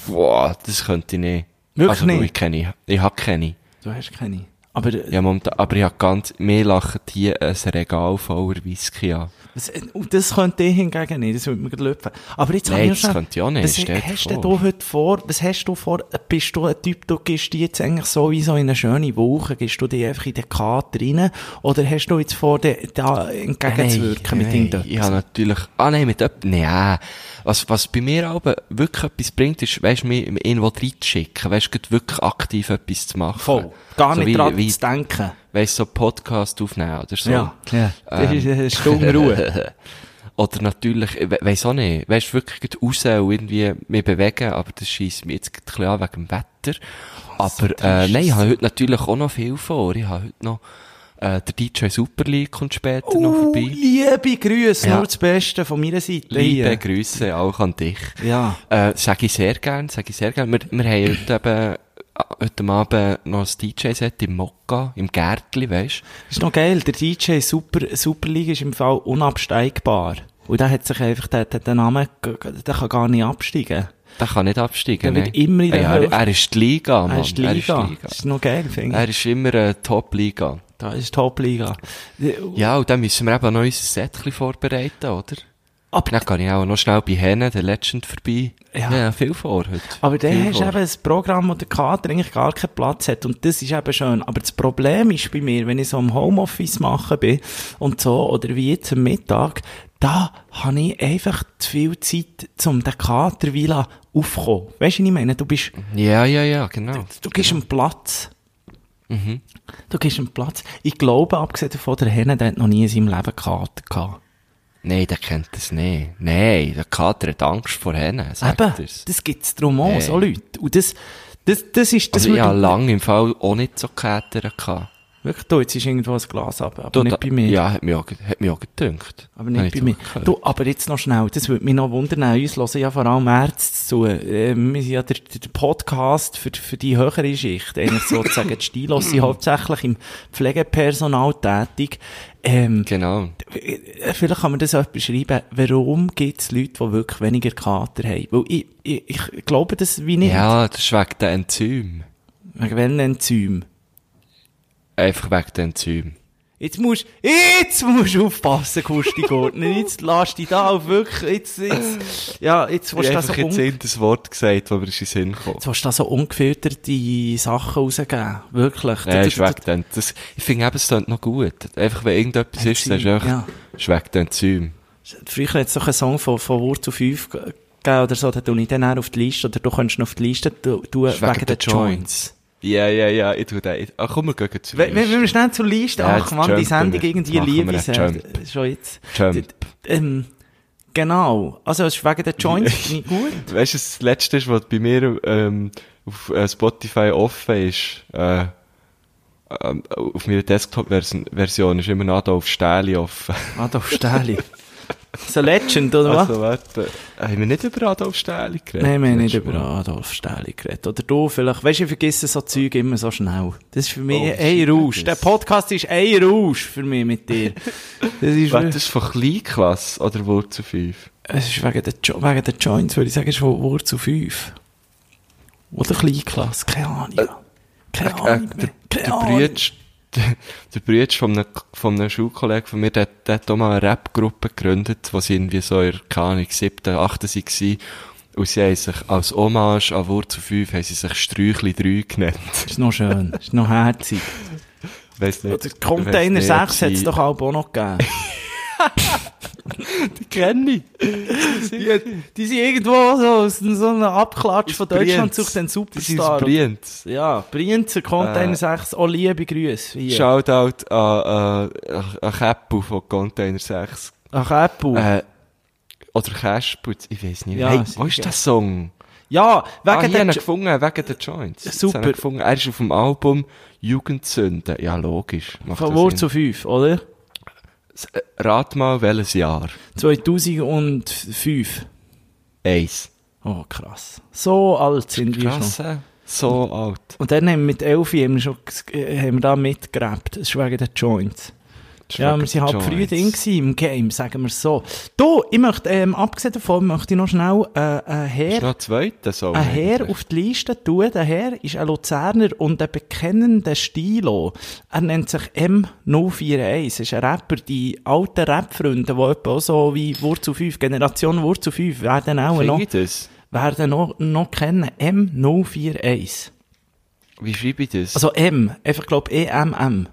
Speaker 2: Boah, das könnte ich nicht.
Speaker 3: Wirklich
Speaker 2: also, schau,
Speaker 3: nicht?
Speaker 2: Ich kenne, ich habe keine.
Speaker 3: Du hast keine. Aber
Speaker 2: Ja, momentan, aber ich hab ganz, mir lachen hier ein Regal voller Whisky an.
Speaker 3: das, äh, und das könnte ich hingegen nicht, das würde mir gerade löpfen. Aber jetzt
Speaker 2: Nein,
Speaker 3: habe ich
Speaker 2: das
Speaker 3: schon-
Speaker 2: könnte ich auch nicht,
Speaker 3: Was
Speaker 2: stell dir
Speaker 3: hast
Speaker 2: vor.
Speaker 3: denn du heute vor, was hast du vor, bist du ein Typ, du gehst jetzt eigentlich sowieso in eine schöne Woche, gehst du dich einfach in den Kater rein, oder hast du jetzt vor, dir da entgegenzuwirken mit irgendetwas?
Speaker 2: Ich habe natürlich, ah nein, mit etwas, nein. Was, was bei mir aber wirklich etwas bringt, ist, weisst, mich irgendwo reinzuschicken, weisst, grad wirklich aktiv etwas zu machen.
Speaker 3: Voll. Gar
Speaker 2: so
Speaker 3: nicht
Speaker 2: wie,
Speaker 3: dran
Speaker 2: wie,
Speaker 3: zu denken.
Speaker 2: weisst, so Podcast aufnehmen oder so.
Speaker 3: Ja. ja. Das
Speaker 2: Ähm.
Speaker 3: ist eine Stunde Ruhe.
Speaker 2: Oder natürlich, we weiss auch nicht, weisst, wirklich grad raus und irgendwie mich bewegen, aber das scheisst mir jetzt grad ein bisschen an wegen dem Wetter. Aber, äh, nein, ich habe heute natürlich auch noch viel vor. Ich habe heute noch, äh, der DJ Super League kommt später noch
Speaker 3: Uh,
Speaker 2: vorbei.
Speaker 3: liebe Grüße,
Speaker 2: Ja.
Speaker 3: nur das Beste von meiner Seite.
Speaker 2: Liebe
Speaker 3: hier.
Speaker 2: Grüße auch an dich.
Speaker 3: Ja.
Speaker 2: Äh, sag ich sehr gern, sag ich sehr gern. Wir, wir haben heute eben, äh, heute Abend noch ein DJ-Set im Mokka, im Gärtli, weisst
Speaker 3: Ist noch geil, der DJ Super, Superliga ist im Fall unabsteigbar. Und der hat sich einfach, der, der, der Name, g- g- der kann gar nicht absteigen.
Speaker 2: Der kann nicht absteigen,
Speaker 3: Der
Speaker 2: ne?
Speaker 3: wird immer in der
Speaker 2: er,
Speaker 3: Höhe-
Speaker 2: er ist die Liga, Mann.
Speaker 3: Oh er ist die Liga. Das ist noch geil, finde ich.
Speaker 2: Er ist immer äh, Top-Liga.
Speaker 3: Das ist Top-Liga.
Speaker 2: Ja, und dann müssen wir eben noch unser Set ein bisschen vorbereiten, oder?
Speaker 3: Aber,
Speaker 2: Dann kann ich auch noch schnell bei Henne, der Legend, vorbei.
Speaker 3: Ja.
Speaker 2: viel vor heute.
Speaker 3: aber dann
Speaker 2: Viel
Speaker 3: hast du
Speaker 2: vor.
Speaker 3: eben ein Programm, wo der Kater eigentlich gar keinen Platz hat. Und das ist eben schön. Aber das Problem ist bei mir, wenn ich so im Homeoffice machen bin und so, oder wie jetzt am Mittag, da habe ich einfach zu viel Zeit, um den Kater wieder aufzukommen. Weißt du, was ich meine? Du bist,
Speaker 2: Ja, ja, ja, genau.
Speaker 3: Du gibst ihm Platz. Du gibst ihm Platz. Ich glaube, abgesehen davon, der Henne, der hat noch nie in seinem Leben Kater gehabt.
Speaker 2: Nein, der kennt das nicht. Nein, der Kater hat Angst vor Henne, sagt
Speaker 3: Eben,
Speaker 2: er's.
Speaker 3: das gibt es drum auch,
Speaker 2: Hey.
Speaker 3: so Leute. Und das, das, das ist, das
Speaker 2: Also ich
Speaker 3: würde-
Speaker 2: habe lange im Fall auch nicht so Kater gehabt.
Speaker 3: Wirklich, du, jetzt ist irgendwo ein Glas ab, aber
Speaker 2: Du,
Speaker 3: nicht
Speaker 2: da-
Speaker 3: bei mir.
Speaker 2: Ja, hat mich auch, ge- hat mich auch gedünkt.
Speaker 3: Aber
Speaker 2: Habe
Speaker 3: nicht
Speaker 2: ich
Speaker 3: bei
Speaker 2: so
Speaker 3: mir.
Speaker 2: gehört.
Speaker 3: Du, aber jetzt noch schnell, das würde mich noch wundern, uns hören ja vor allem Ärzte zu. Ähm, wir sind ja der, der Podcast für, für die höhere Schicht, eigentlich sozusagen. Die Stilos sind hauptsächlich im Pflegepersonal tätig. Ähm,
Speaker 2: Genau.
Speaker 3: Äh, Vielleicht kann man das auch beschreiben. Warum gibt es Leute, die wirklich weniger Kater haben? Weil ich, ich, ich glaube das wie nicht.
Speaker 2: Ja, das ist wegen den Enzym.
Speaker 3: Wegen welchen Enzym?
Speaker 2: Einfach wegen den Enzym.
Speaker 3: Jetzt musst, jetzt musst du aufpassen, Kusti Gurtner. Jetzt lass dich da auf wirklich, jetzt, jetzt, ja, jetzt willst du da so, un jetzt
Speaker 2: irgendein Wort gesagt, das mir in den Sinn kam.
Speaker 3: willst du da so ungefilterte Sachen rausgeben. Wirklich.
Speaker 2: Nein,
Speaker 3: Du-
Speaker 2: ist
Speaker 3: du-
Speaker 2: wegen den, das, ich finde eben, es klingt noch gut. Einfach, wenn irgendetwas ist, sagst du
Speaker 3: Enzym,
Speaker 2: einfach,
Speaker 3: ja.
Speaker 2: ist wegen den Enzym.
Speaker 3: Früher hat es doch einen Song von, von Wurzel 5 ge- gegeben oder so, den tue ich dann auch auf die Liste, oder du kannst ihn auf die Liste tun, tun
Speaker 2: Ist
Speaker 3: wegen,
Speaker 2: wegen
Speaker 3: wegen
Speaker 2: der
Speaker 3: den Joints.
Speaker 2: Ja, ja, ja, ich tu den. Ach, komm, wir gehen zu
Speaker 3: Wenn, wenn wenn wir schnell zur Liste,
Speaker 2: Ja,
Speaker 3: ach
Speaker 2: jetzt
Speaker 3: man, die
Speaker 2: jumpen
Speaker 3: Sendung
Speaker 2: wir.
Speaker 3: irgendwie
Speaker 2: Jetzt machen
Speaker 3: liebe
Speaker 2: wir
Speaker 3: ich
Speaker 2: einen
Speaker 3: sehr. schon jetzt.
Speaker 2: Jump.
Speaker 3: D- d- Ähm, genau. Also, es ist wegen der Joints nicht gut.
Speaker 2: Weißt du, das Letzte ist, was bei mir ähm, auf äh, Spotify offen ist, äh, ähm, auf meiner Desktop-Version ist immer noch auf Stähli offen.
Speaker 3: Adolf Stähli. So Legend, oder was?
Speaker 2: Also warte, haben wir nicht über Adolf Stähli geredet?
Speaker 3: Nein, wir haben nicht
Speaker 2: Letztes
Speaker 3: über
Speaker 2: Mal.
Speaker 3: Adolf Stähli geredet. Oder du vielleicht. Weißt du, ich vergesse so Zeug immer so schnell. Das ist für mich
Speaker 2: Oh,
Speaker 3: ein
Speaker 2: shit,
Speaker 3: Rausch.
Speaker 2: das-
Speaker 3: Der Podcast ist ein Rausch für mich mit dir. Das
Speaker 2: Warte,
Speaker 3: ist, wirklich-
Speaker 2: das ist von Kleinklasse oder Wurzel 5?
Speaker 3: es ist wegen der, jo wegen der Joints, würde ich sagen, ist von Wurzel 5. Oder Kleinklasse, keine Ahnung. Keine
Speaker 2: Äh,
Speaker 3: Ahnung.
Speaker 2: der
Speaker 3: mehr. Keine
Speaker 2: der
Speaker 3: Ahnung.
Speaker 2: Brütsch, der Brütsch von einem, von einem Schulkollegen von mir, der, der hat auch mal eine Rap-Gruppe gegründet, wo sie irgendwie so in, keine Ahnung, siebten, achten sie gsi. Und sie haben sich als Hommage an Wurzel 5 haben sie sich Sträuchli 3 genannt.
Speaker 3: Ist noch schön, ist noch herzig.
Speaker 2: Weiss nicht.
Speaker 3: Oder Container
Speaker 2: weiss nicht,
Speaker 3: 6 hat es
Speaker 2: sie-
Speaker 3: doch auch noch gegeben.
Speaker 2: Die kenne ich.
Speaker 3: Die sind irgendwo so aus so einem Abklatsch von
Speaker 2: Brienz.
Speaker 3: Deutschland sucht den
Speaker 2: Das ist aus
Speaker 3: Superstar.
Speaker 2: Brienz.
Speaker 3: Ja, Brienzer Container
Speaker 2: Äh.
Speaker 3: 6, auch liebe Grüße. Hier.
Speaker 2: Shoutout an, äh, an Käppu von Container 6.
Speaker 3: Ach, Apple.
Speaker 2: Äh, oder Cashputz, ich weiß nicht.
Speaker 3: Oh. Ja,
Speaker 2: hey,
Speaker 3: sicher.
Speaker 2: wo ist der Song?
Speaker 3: ja, wegen
Speaker 2: ah, hier
Speaker 3: der...
Speaker 2: haben ihn
Speaker 3: Jo-
Speaker 2: gefunden, wegen der Joints. Jetzt
Speaker 3: Super.
Speaker 2: haben ihn Gefunden. Er ist auf dem Album Jugendsünde. Ja, logisch. Macht
Speaker 3: Von
Speaker 2: das
Speaker 3: Wurzel 5, oder?
Speaker 2: Sinn. Rat mal, welches Jahr?
Speaker 3: 2005.
Speaker 2: Eins.
Speaker 3: Oh, krass. So alt sind wir schon.
Speaker 2: Krass, hä? so alt.
Speaker 3: Und dann haben wir mit Elfi haben wir schon, ges- äh, haben wir da mitgerebt. Das ist wegen der Joints. Ja, wir waren halt früh drin gewesen im Game, sagen wir es so. Du, ich möchte, ähm, abgesehen davon, möchte ich noch schnell äh, ein
Speaker 2: Ist
Speaker 3: Herr,
Speaker 2: noch ein zweiter so.
Speaker 3: ein Ah, Herr
Speaker 2: eigentlich.
Speaker 3: auf die Liste tun. Der Herr ist ein Luzerner und ein bekennender Stilo. Er nennt sich M041, ist ein Rapper. Die alten Rap-Freunde, die etwa auch so wie Wurzel 5, Generation Wurzel 5, werden auch
Speaker 2: Finde
Speaker 3: noch,
Speaker 2: ich das?
Speaker 3: werden noch, noch kennen. M041.
Speaker 2: Wie schreibe ich das? Ah,
Speaker 3: Also M, einfach glaub EMM.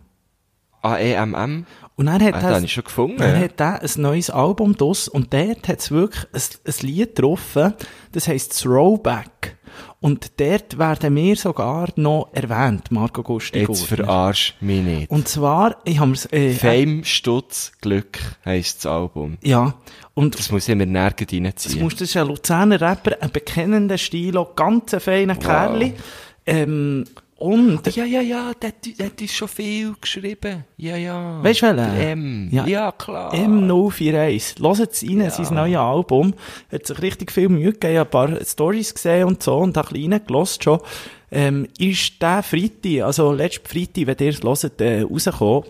Speaker 2: A-E-M-M?
Speaker 3: Und dann Also- hat
Speaker 2: E Ah,
Speaker 3: er-
Speaker 2: den habe ich schon gefunden.
Speaker 3: Dann hat er ein neues Album draus und dort hat es wirklich ein, ein Lied getroffen, das heisst Throwback. Und dort werden wir sogar noch erwähnt, Marco Gusti.
Speaker 2: Jetzt verarsch mich nicht.
Speaker 3: Und zwar, ich habe äh, äh,
Speaker 2: Fame, Stutz, Glück heisst das Album.
Speaker 3: ja, und
Speaker 2: Das muss ich mir nirgends
Speaker 3: das
Speaker 2: reinziehen.
Speaker 3: musst du, das ist ein Luzerner Rapper, ein bekennender Stilo, ganz ein feiner Kerl. Ähm, und,
Speaker 2: ja, ja, ja, der, der hat uns schon viel geschrieben. Ja, ja.
Speaker 3: Weisst du welchen?
Speaker 2: Der M.
Speaker 3: Ja.
Speaker 2: Ja, klar.
Speaker 3: M041. Hört es rein, sein neues Album. Hat sich richtig viel Mühe gegeben, ein paar Stories gesehen und so und auch ein gelost schon. Ähm, ist der Freitag, also letzte Freitag, wenn ihr es hört, äh, rausgekommen.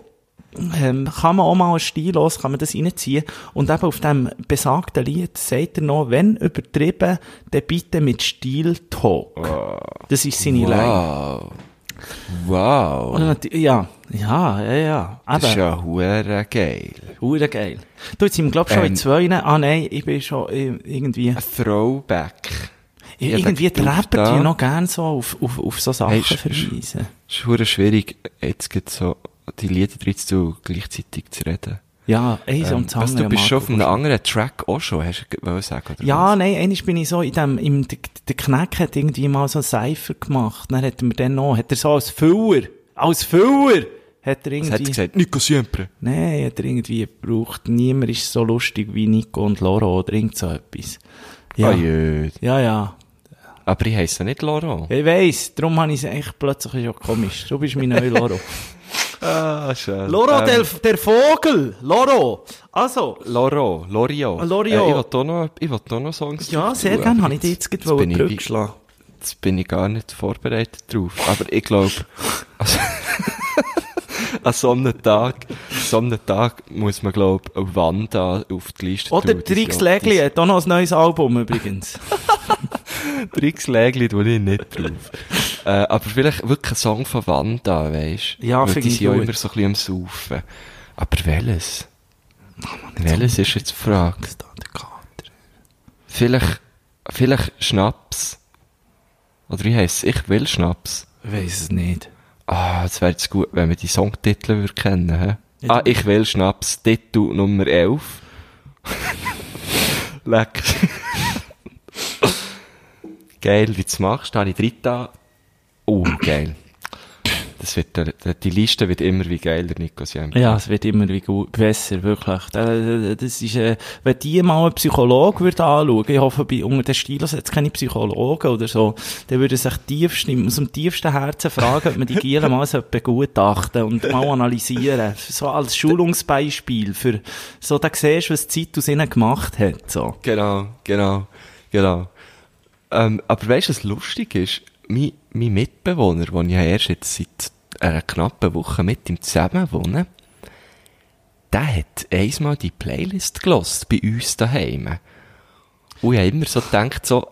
Speaker 3: Ähm, kann man auch mal einen Stil los, kann man das reinziehen. Und eben auf dem besagten Lied sagt er noch, wenn übertrieben, dann bitte mit Stil Talk. Das ist seine Line.
Speaker 2: Wow. Wow.
Speaker 3: Und nat- Ja, ja, ja, ja.
Speaker 2: Das ist
Speaker 3: Eben.
Speaker 2: ja hure geil.
Speaker 3: Hure geil. Du, jetzt sind wir, glaub ich, schon
Speaker 2: Ähm.
Speaker 3: in
Speaker 2: Also,
Speaker 3: zwei. Ah, nein, ich bin schon äh, irgendwie.
Speaker 2: Ein Throwback. ja,
Speaker 3: irgendwie
Speaker 2: da- da-
Speaker 3: treppen
Speaker 2: da-
Speaker 3: die noch gerne so auf, auf, auf so Sachen
Speaker 2: Hey, sch- sch-
Speaker 3: verweisen.
Speaker 2: Es ist hure schwierig, jetzt geht so die Lieder drin zu gleichzeitig zu reden.
Speaker 3: Ja, eins und das
Speaker 2: ähm, was,
Speaker 3: andere.
Speaker 2: du bist schon
Speaker 3: Marco.
Speaker 2: auf einem anderen Track auch schon, hast du wollen sagen, oder?
Speaker 3: Ja, nein, eigentlich bin ich so in dem, im, der, der Knack hat irgendwie mal so einen Cypher gemacht. Dann hat er mir den noch, hat er so als Füller, als Füller, hat er
Speaker 2: was? hat
Speaker 3: irgendwie,
Speaker 2: gesagt, Nico Siempre.
Speaker 3: nein, hat er irgendwie gebraucht. Niemand ist so lustig wie Nico und Loro oder irgend so etwas. Ja,
Speaker 2: Ah, jö.
Speaker 3: ja, ja.
Speaker 2: Aber ich heisse nicht Laurent.
Speaker 3: Ich weiss, darum habe ich es echt plötzlich schon komisch. Du bist mein neuer Loro. Ähm,
Speaker 2: Ah, schön.
Speaker 3: Loro, der, der Vogel! Loro! Also,
Speaker 2: Loro, Lorio.
Speaker 3: Ah, Lorio.
Speaker 2: Äh, ich wollte auch noch, ich wollte auch noch Songs
Speaker 3: ja,
Speaker 2: drauf
Speaker 3: sehr
Speaker 2: tun,
Speaker 3: gerne
Speaker 2: aber
Speaker 3: habe ich dich jetzt gerade
Speaker 2: bin ich wie-
Speaker 3: zurückgeschlagen.
Speaker 2: Jetzt bin ich gar nicht vorbereitet drauf. Aber ich glaube, also, an so einem Tag, an so einem Tag muss man, glaube ich, eine Wanda auf die Liste
Speaker 3: Oder
Speaker 2: tun.
Speaker 3: Trix
Speaker 2: Das-
Speaker 3: Lägli hat auch noch ein neues Album übrigens.
Speaker 2: Tricks Lägli tue ich nicht drauf. äh, aber vielleicht wirklich ein Song von Wanda, weisst du?
Speaker 3: Ja,
Speaker 2: Weil
Speaker 3: finde
Speaker 2: die
Speaker 3: ich
Speaker 2: sind ja
Speaker 3: gut.
Speaker 2: immer so ein bisschen am Saufen. Aber welches?
Speaker 3: Nou,
Speaker 2: welches ist jetzt die Frage?
Speaker 3: Das da, der Kater.
Speaker 2: Vielleicht, vielleicht Schnaps. Oder wie heisst es? Ich will Schnaps.
Speaker 3: Ich weiss es nicht.
Speaker 2: Ah, es wäre jetzt gut, wenn wir die Songtitel würden kennen hä?
Speaker 3: Ja,
Speaker 2: Ah,
Speaker 3: du-
Speaker 2: ich will Schnaps, Titel Nummer 11. Leck. geil, wie du es machst, da habe ich dritte. Oh, geil. Das wird, der- die Liste wird immer wie geiler, Nico Siemper.
Speaker 3: Ja, es wird immer wie gut, besser, wirklich. Äh, Das ist, äh, wenn die mal einen Psychologen würde anschauen, ich hoffe, bei unter den Stilos hat es keine Psychologen oder so, dann würde sich tiefst, aus dem tiefsten Herzen fragen, ob man die Giele mal so begutachten und mal analysieren. So als Schulungsbeispiel für, so, da siehst du, was die Zeit aus ihnen gemacht hat, so.
Speaker 2: Genau, genau, genau. Ähm, aber weißt du, was lustig ist? Mein, mein Mitbewohner, den ich ja erst jetzt seit einer knappen Woche mit ihm zusammen wohne, der hat einmal die Playlist gelost bei uns daheim. Und ich habe immer so gedacht, so,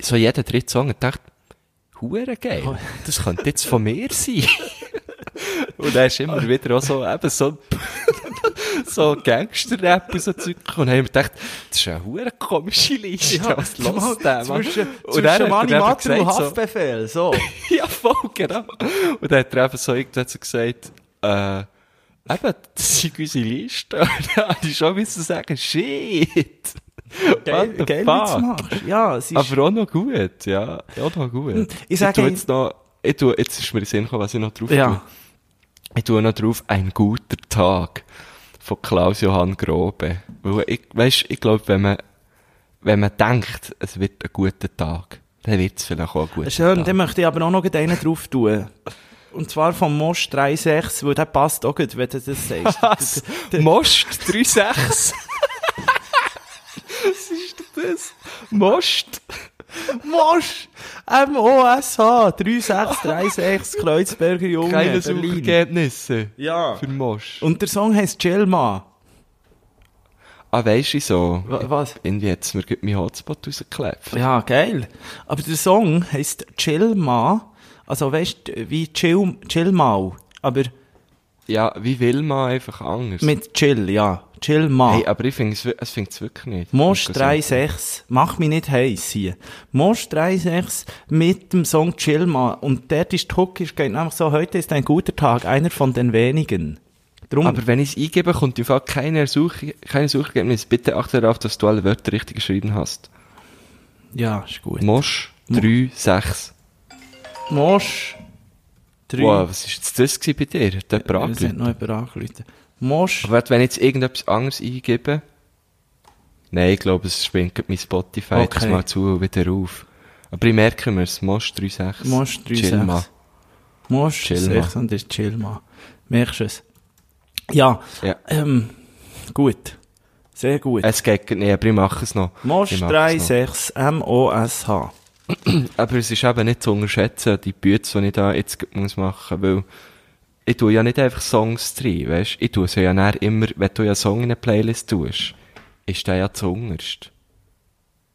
Speaker 2: so jeden dritten Song, ich dachte, Hure
Speaker 3: Oh.
Speaker 2: geil. Das könnte jetzt von mir sein. Und er ist immer wieder auch so, eben so, so Gangster-Rap und so Zeug gekommen. Und haben wir gedacht, das ist eine hure komische Liste. was los der, Mann?
Speaker 3: Zwischen,
Speaker 2: dann hat
Speaker 3: zwischen
Speaker 2: er
Speaker 3: Mani
Speaker 2: eben
Speaker 3: Matter und
Speaker 2: gesagt, so-
Speaker 3: Haftbefehl, so.
Speaker 2: ja, voll, genau. Und dann hat er eben so irgendwann so gesagt, äh, eben, das sind unsere Liste. Und dann habe ich schon müssen sagen, shit. What the
Speaker 3: Geil, wie du's
Speaker 2: fuck?
Speaker 3: machst. Ja, es ist,
Speaker 2: Aber auch noch gut, ja. Auch noch gut.
Speaker 3: Hm, Ich sage
Speaker 2: tue
Speaker 3: ein-
Speaker 2: jetzt noch, ich tue, jetzt ist mir in den Sinn gekommen, was ich noch drauf
Speaker 3: ja.
Speaker 2: tue. Ich tue noch drauf, ein guter Tag von Klaus-Johann Grobe. Weil ich, weisst, ich glaube, wenn man, wenn man denkt, es wird ein guter Tag, dann wird es vielleicht auch ein guter
Speaker 3: Äh, Schön,
Speaker 2: Tag.
Speaker 3: dann möchte ich aber auch noch gleich einen drauf tun. Und zwar vom Mosch 3.6, weil der passt auch gut, wenn du das sagst.
Speaker 2: Was? Most 3,6? Was ist denn das? Most?
Speaker 3: Mosch! MOSH 3636 Kreuzberger Junge.
Speaker 2: Keine
Speaker 3: Berlin.
Speaker 2: Suchergebnisse
Speaker 3: Ja.
Speaker 2: für Mosch.
Speaker 3: Und der Song heisst Gelma.
Speaker 2: Ah, weisst du so?
Speaker 3: Wa- was?
Speaker 2: Irgendwie hat's mir grad meinen Hotspot rausgeklebt.
Speaker 3: Ja, geil. Aber der Song heisst Chillma. Also weißt du, wie Chill, Chillmau. Aber
Speaker 2: Ja, wie will man einfach anders?
Speaker 3: mit Chill, ja. Chillma.
Speaker 2: hey, aber ich finde es es find's wirklich nicht.
Speaker 3: Mosch
Speaker 2: Nico,
Speaker 3: 3.6, mach mich nicht heiß hier. Mosch 3.6 mit dem Song Chill mal. Und dort ist die Hook, ist geht nämlich so, heute ist ein guter Tag, einer von den wenigen. Drum,
Speaker 2: Aber wenn ich es eingebe, kommt im Fall keine, Such keine Suchergebnis. Bitte achte darauf, dass du alle Wörter richtig geschrieben hast.
Speaker 3: ja, ist gut.
Speaker 2: Mosch 3, 6.
Speaker 3: Mosch 3.
Speaker 2: Wow, was ist jetzt das gewesen bei dir? Der
Speaker 3: Es hat
Speaker 2: Bragel.
Speaker 3: noch jemand angerufen. Mosch,
Speaker 2: Aber wenn ich jetzt irgendetwas anderes eingebe... Nein, ich glaube, es schwingt mein Spotify
Speaker 3: Okay.
Speaker 2: jetzt mal zu und wieder auf. Aber ich merke mir es. Mosch 3, 6.
Speaker 3: Mosch 3.6. Mosch
Speaker 2: Chill mal.
Speaker 3: 6 und das ist Chill mal. Merkst du es? Ja,
Speaker 2: Ja.
Speaker 3: ähm, gut. Sehr gut.
Speaker 2: Es geht nicht, aber ich mache es noch.
Speaker 3: Mosch
Speaker 2: Ich mache es
Speaker 3: 3.6, M-O-S-H.
Speaker 2: Aber es ist eben nicht zu unterschätzen, die Bütze, die ich da jetzt gerade muss machen muss, weil ich tue ja nicht einfach Songs rein, weißt Ich tue sie ja dann immer, wenn du ja einen Song in eine Playlist tust, ist der ja zuunterst.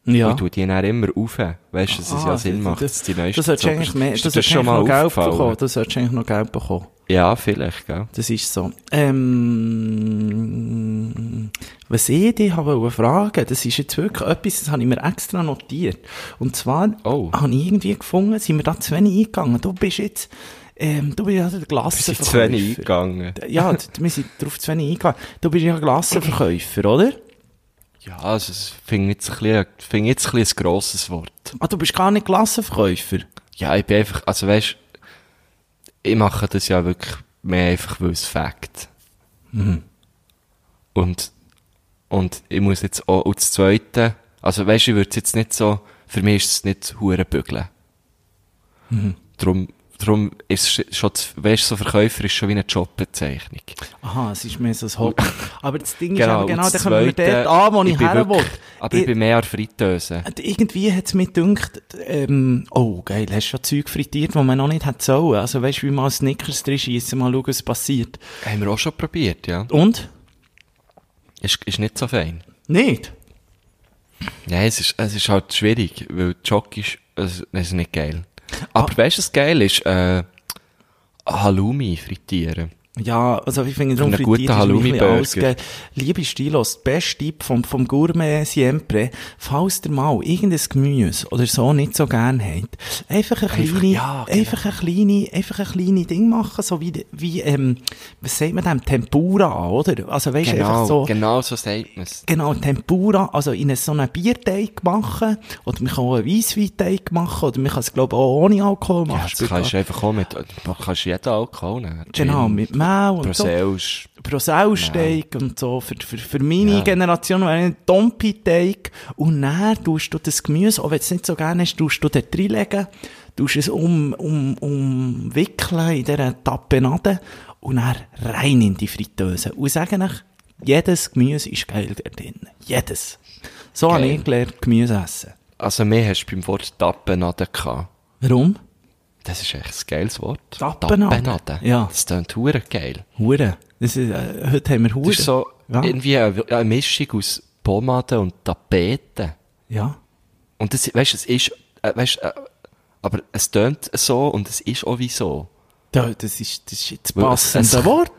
Speaker 3: Ja.
Speaker 2: Ich tue die dann immer auf, weißt dass es ja
Speaker 3: Ah,
Speaker 2: Sinn macht,
Speaker 3: Das,
Speaker 2: dass die neuesten
Speaker 3: das hättest du
Speaker 2: zuunterst-
Speaker 3: eigentlich mehr,
Speaker 2: Ist
Speaker 3: das,
Speaker 2: dir
Speaker 3: hättest du eigentlich noch Geld bekommen.
Speaker 2: aufgefallen?
Speaker 3: Das hättest du eigentlich noch Geld bekommen.
Speaker 2: Ja, vielleicht, gell?
Speaker 3: Das ist so. Ähm, was ich dich habe wollen fragen, das ist jetzt wirklich etwas, das habe ich mir extra notiert. Und zwar
Speaker 2: Oh.
Speaker 3: habe ich irgendwie gefunden, sind wir da zu wenig eingegangen. Du bist jetzt, ähm, du bist ja der
Speaker 2: Wir
Speaker 3: Glassenverkäufer.
Speaker 2: sind zu wenig eingegangen.
Speaker 3: Ja, d- wir sind drauf zu wenig eingegangen. Du bist ja Glassenverkäufer, oder?
Speaker 2: Ja, also, das finde ich jetzt ein bisschen, finde ich jetzt ein bisschen ein grosses Wort.
Speaker 3: Ah, du bist gar nicht Glassenverkäufer.
Speaker 2: Ja, ich bin einfach, also weißt, ich mache das ja wirklich mehr einfach, weil es Fakt. Mhm. Und, und ich muss jetzt auch, und das Zweite, also weißt, ich würde es jetzt nicht so, für mich ist es nicht zu hure bügeln. Mhm. Drum, drum ist es schon, zu- weißt, so Verkäufer ist schon wie eine Jobbezeichnung.
Speaker 3: Aha, es ist mehr so ein Hobby. Aber das Ding ist
Speaker 2: Genau,
Speaker 3: eben genau,
Speaker 2: und
Speaker 3: da
Speaker 2: das
Speaker 3: kommen wir
Speaker 2: Zweite,
Speaker 3: dort an, wo ich,
Speaker 2: bin
Speaker 3: her will.
Speaker 2: wirklich- Aber ich,
Speaker 3: Ich-
Speaker 2: bin mehr an Fritteuse.
Speaker 3: Irgendwie hat es mir gedacht, ähm, oh geil, hast schon Zeug frittiert, wo man noch nicht hätte sollen. Also weißt du, wie mal Snickers drin schiessen, mal schauen, was passiert.
Speaker 2: Haben wir auch schon probiert, ja.
Speaker 3: Und?
Speaker 2: Ist, ist nicht so fein.
Speaker 3: Nicht?
Speaker 2: Nein, es ist, es ist halt schwierig, weil Jock ist, also, es ist nicht geil.
Speaker 3: Ah.
Speaker 2: Aber weißt du, was geil ist? Äh, Halloumi frittieren.
Speaker 3: Ja, also ich finde, darum
Speaker 2: Einen guten
Speaker 3: frittiert ist mir ein bisschen
Speaker 2: Halloumi-Burger.
Speaker 3: alles geil. Liebe Stilos, beste Tipp vom, vom Gourmet Siempre, falls ihr mal irgendein Gemüse oder so nicht so gern habt, einfach eine
Speaker 2: Einfach-
Speaker 3: kleine,
Speaker 2: ja, genau.
Speaker 3: einfach eine kleine, einfach eine kleine Ding machen, so wie, wie, ähm, was sagt man dem, Tempura, oder? Also weißt du, einfach so,
Speaker 2: genau so sagt man es.
Speaker 3: Genau, Tempura, also in so einen Bierteig machen, oder man kann auch einen Weissweinteig machen, oder man kann es, glaube ich, auch ohne Alkohol
Speaker 2: Ja,
Speaker 3: machen.
Speaker 2: das kannst du einfach auch mit, du kannst jeden Alkohol nehmen. Gin,
Speaker 3: genau, mit Mehl und so.
Speaker 2: Proseus.
Speaker 3: Broselsteig und so, für, für, für meine Generation wäre ein Dompi-Teig. Und dann tust du das Gemüse, auch wenn du es nicht so gerne hast, tust du dort reinlegen, tust es um, um, umwickeln in dieser Tapenade und dann rein in die Fritteuse. Und sagen euch, jedes Gemüse ist geil da drin. Jedes. So habe
Speaker 2: Geil.
Speaker 3: ich gelernt, Gemüse essen.
Speaker 2: Also, mehr hast du beim Wort Tappenade gehabt.
Speaker 3: Warum?
Speaker 2: Das ist echt ein geiles Wort.
Speaker 3: Tappenade. Ja.
Speaker 2: Das klingt hure geil.
Speaker 3: Hure. Das ist, äh, heute haben wir Hure.
Speaker 2: Das ist so
Speaker 3: ja.
Speaker 2: irgendwie eine, eine Mischung aus Pomade und Tapete.
Speaker 3: ja.
Speaker 2: Und das, weißt, es ist, äh, weißt, äh, aber es tönt so und es ist auch wie so.
Speaker 3: Da, das ist, das ist jetzt
Speaker 2: Weil es-
Speaker 3: passende
Speaker 2: es-
Speaker 3: Wort.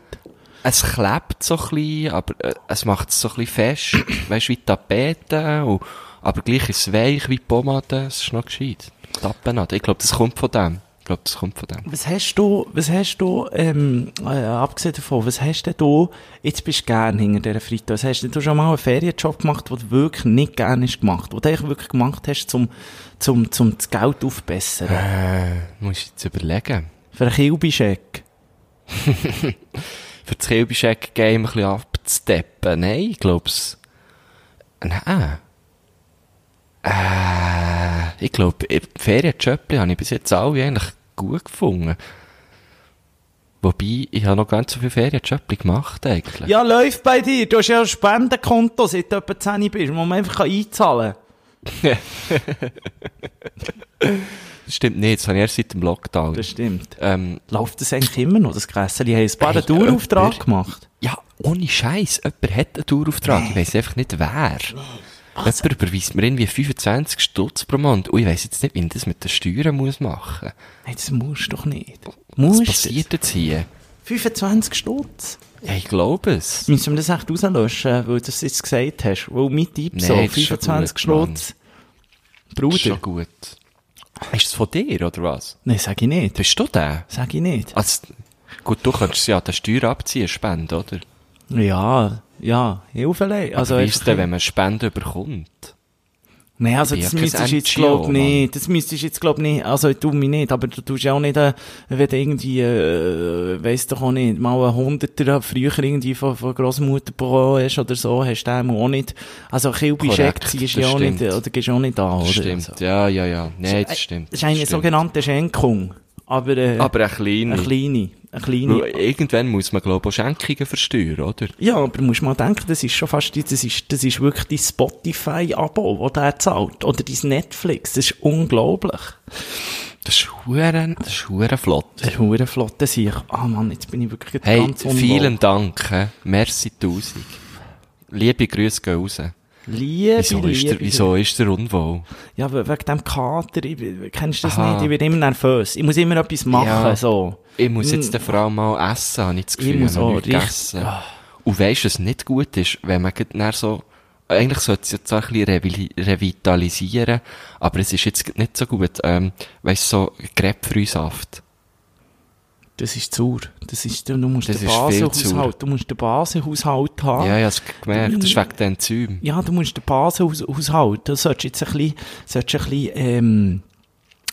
Speaker 2: Es klebt so ein bisschen, aber äh, es macht es so ein bisschen fest. weißt, wie Tapeten, und, aber gleich ist es weich wie Pomade. Es ist noch gescheit. Tapenade. Ich glaube, das kommt von dem. Ich glaube, das kommt von dem.
Speaker 3: Was hast du, was hast du, ähm, äh, abgesehen davon, was hast denn du, jetzt bist du gern hinter dieser Fritteuse, hast denn du schon mal einen Ferienjob gemacht, den du wirklich nicht gerne hast gemacht, den du eigentlich wirklich gemacht hast, zum, zum, zum das Geld aufbessern?
Speaker 2: Äh, muss ich jetzt überlegen.
Speaker 3: Für einen Kilbischeck?
Speaker 2: Für das Kilbischeck-Game ein bisschen abzusteppen. Nein, ich glaube es. Nein. Äh, ich glaube, Ferienjöppli habe ich bis jetzt alle eigentlich gut gefunden. Wobei, ich habe noch ganz so viele Ferienjöppli gemacht eigentlich.
Speaker 3: Ja, läuft bei dir, du hast ja ein Spendenkonto, seit du etwa 10 bist, wo man einfach einzahlen kann.
Speaker 2: das stimmt nicht. Das habe ich erst seit dem Lockdown.
Speaker 3: Das stimmt.
Speaker 2: Ähm,
Speaker 3: Läuft das eigentlich immer noch, das Grässeli? Die haben ein paar
Speaker 2: Hey,
Speaker 3: einen Dauerauftrag
Speaker 2: jemand-
Speaker 3: gemacht.
Speaker 2: ja, ohne Scheiß. Jemand hat einen Dauerauftrag. Ich weiss einfach nicht, wer.
Speaker 3: Also
Speaker 2: Jemand überweist mir irgendwie 25 Stutz pro Monat. Und ich weiss jetzt nicht, wie ich das mit den Steuern muss machen muss.
Speaker 3: Nein, das musst du doch nicht.
Speaker 2: Was
Speaker 3: Musst du?
Speaker 2: passiert jetzt hier?
Speaker 3: 25 Stutz.
Speaker 2: Ja, ich glaube es.
Speaker 3: Müssen wir das echt rauslöschen, weil du das jetzt gesagt hast? Weil mein Tipp so,
Speaker 2: Nein, das ist schon
Speaker 3: 25
Speaker 2: gut, Mann.
Speaker 3: Stutz.
Speaker 2: Ist
Speaker 3: Bruder.
Speaker 2: schon gut. Ist es von dir, oder was?
Speaker 3: Nein, sag ich nicht.
Speaker 2: Bist du der?
Speaker 3: Sag ich nicht.
Speaker 2: Also, gut, du könntest ja den Steuer abziehen, Spende, oder?
Speaker 3: Ja, ja, Hilfe allein. Also,
Speaker 2: Also, wie ist
Speaker 3: einfach-
Speaker 2: denn, wenn man Spende bekommt?
Speaker 3: Nein, also
Speaker 2: Ich
Speaker 3: das
Speaker 2: bin ja kein
Speaker 3: müsstest du jetzt
Speaker 2: NGO,
Speaker 3: glaub nicht, das müsstest du jetzt glaub nicht, also du mich nicht, aber du tust ja auch nicht, äh, wenn du irgendwie, äh, weiss doch auch nicht, mal ein Hunderter früher irgendwie von, von Grossmutter bekommen hast oder so, hast du den auch nicht, also Kilby
Speaker 2: Korrekt,
Speaker 3: Scheck ziehst du
Speaker 2: das
Speaker 3: ja auch nicht,
Speaker 2: stimmt.
Speaker 3: oder gehst auch nicht an,
Speaker 2: Das
Speaker 3: oder?
Speaker 2: stimmt,
Speaker 3: Also,
Speaker 2: ja, ja, ja. Nein,
Speaker 3: äh,
Speaker 2: das stimmt.
Speaker 3: Das ist eine
Speaker 2: das stimmt.
Speaker 3: sogenannte Schenkung, aber, äh,
Speaker 2: Aber eine kleine.
Speaker 3: eine kleine, eine
Speaker 2: Weil
Speaker 3: kleine.
Speaker 2: Irgendwann muss man, glaube ich, auch Schenkungen versteuern, oder?
Speaker 3: Ja, aber du musst mal denken, das ist schon fast, die- das ist, das ist wirklich dein Spotify-Abo, das der zahlt, oder dein Netflix, das ist unglaublich.
Speaker 2: Das ist huere, das ist huere flott.
Speaker 3: Das ist eine flotte Sieg. Ah Mann, jetzt bin ich wirklich
Speaker 2: Hey,
Speaker 3: ganz unwohl.
Speaker 2: vielen Dank, hä? merci tausend. Liebe Grüße gehen raus.
Speaker 3: Liebe,
Speaker 2: Wieso ist der,
Speaker 3: liebe-
Speaker 2: wieso ist der unwohl?
Speaker 3: Ja, we- wegen dem Kater, ich, bin- kennst du das
Speaker 2: Aha.
Speaker 3: nicht? Ich werde immer nervös. Ich muss immer etwas machen,
Speaker 2: Ja.
Speaker 3: so.
Speaker 2: Ich muss jetzt der Frau mal essen, habe ich das Gefühl.
Speaker 3: Ich muss
Speaker 2: habe
Speaker 3: auch
Speaker 2: nichts
Speaker 3: richtig-
Speaker 2: gegessen. Und weisst, was nicht gut ist, wenn man grad nachher so, eigentlich sollte es jetzt auch ein bisschen revi- revitalisieren, aber es ist jetzt grad nicht so gut, ähm, weisst, so Grapefruitsaft.
Speaker 3: Das ist sauer. Das ist, du musst
Speaker 2: Das
Speaker 3: den
Speaker 2: ist viel sauer.
Speaker 3: Basenhaushalt, du musst den Basenhaushalt haben.
Speaker 2: Ja, ich hab's gemerkt, das ist wegen den Enzymen.
Speaker 3: Ja, du musst den Basenhaushalt, du solltest jetzt ein bisschen, solltest ein bisschen, ähm,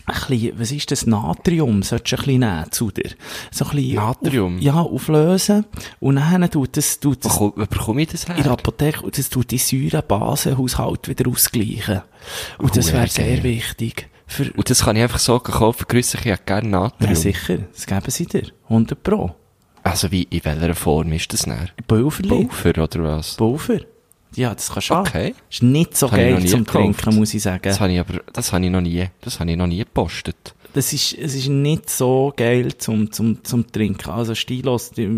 Speaker 3: ein bisschen, was ist das, Natrium, solltest du ein bisschen nehmen zu dir. So ein bisschen
Speaker 2: Natrium?
Speaker 3: Auf, ja, auflösen. Und dann tut das, tut das
Speaker 2: Wo bekomme ich das
Speaker 3: in der
Speaker 2: her?
Speaker 3: Apotheke und das tut die Säurebasenhaushalt wieder ausgleichen. Und das
Speaker 2: Hure
Speaker 3: wäre sehr
Speaker 2: geil.
Speaker 3: wichtig. Für,
Speaker 2: Und das kann ich einfach so kaufen, grüße ich ja gerne
Speaker 3: ja,
Speaker 2: Natrium.
Speaker 3: sicher, das geben sie dir. 100 Pro.
Speaker 2: Also wie, in welcher Form ist das näher?
Speaker 3: Pulverli.
Speaker 2: Pulver oder was?
Speaker 3: Pulver. Ja, das kannst du auch.
Speaker 2: Okay.
Speaker 3: Ist nicht so
Speaker 2: Das habe ich noch
Speaker 3: geil
Speaker 2: nie
Speaker 3: zum
Speaker 2: gekauft.
Speaker 3: Trinken, muss ich sagen.
Speaker 2: Das habe ich aber, das habe ich noch nie, das habe ich noch nie gepostet.
Speaker 3: Das ist, es ist nicht so geil zum, zum, zum Trinken. Also, stilos, ihr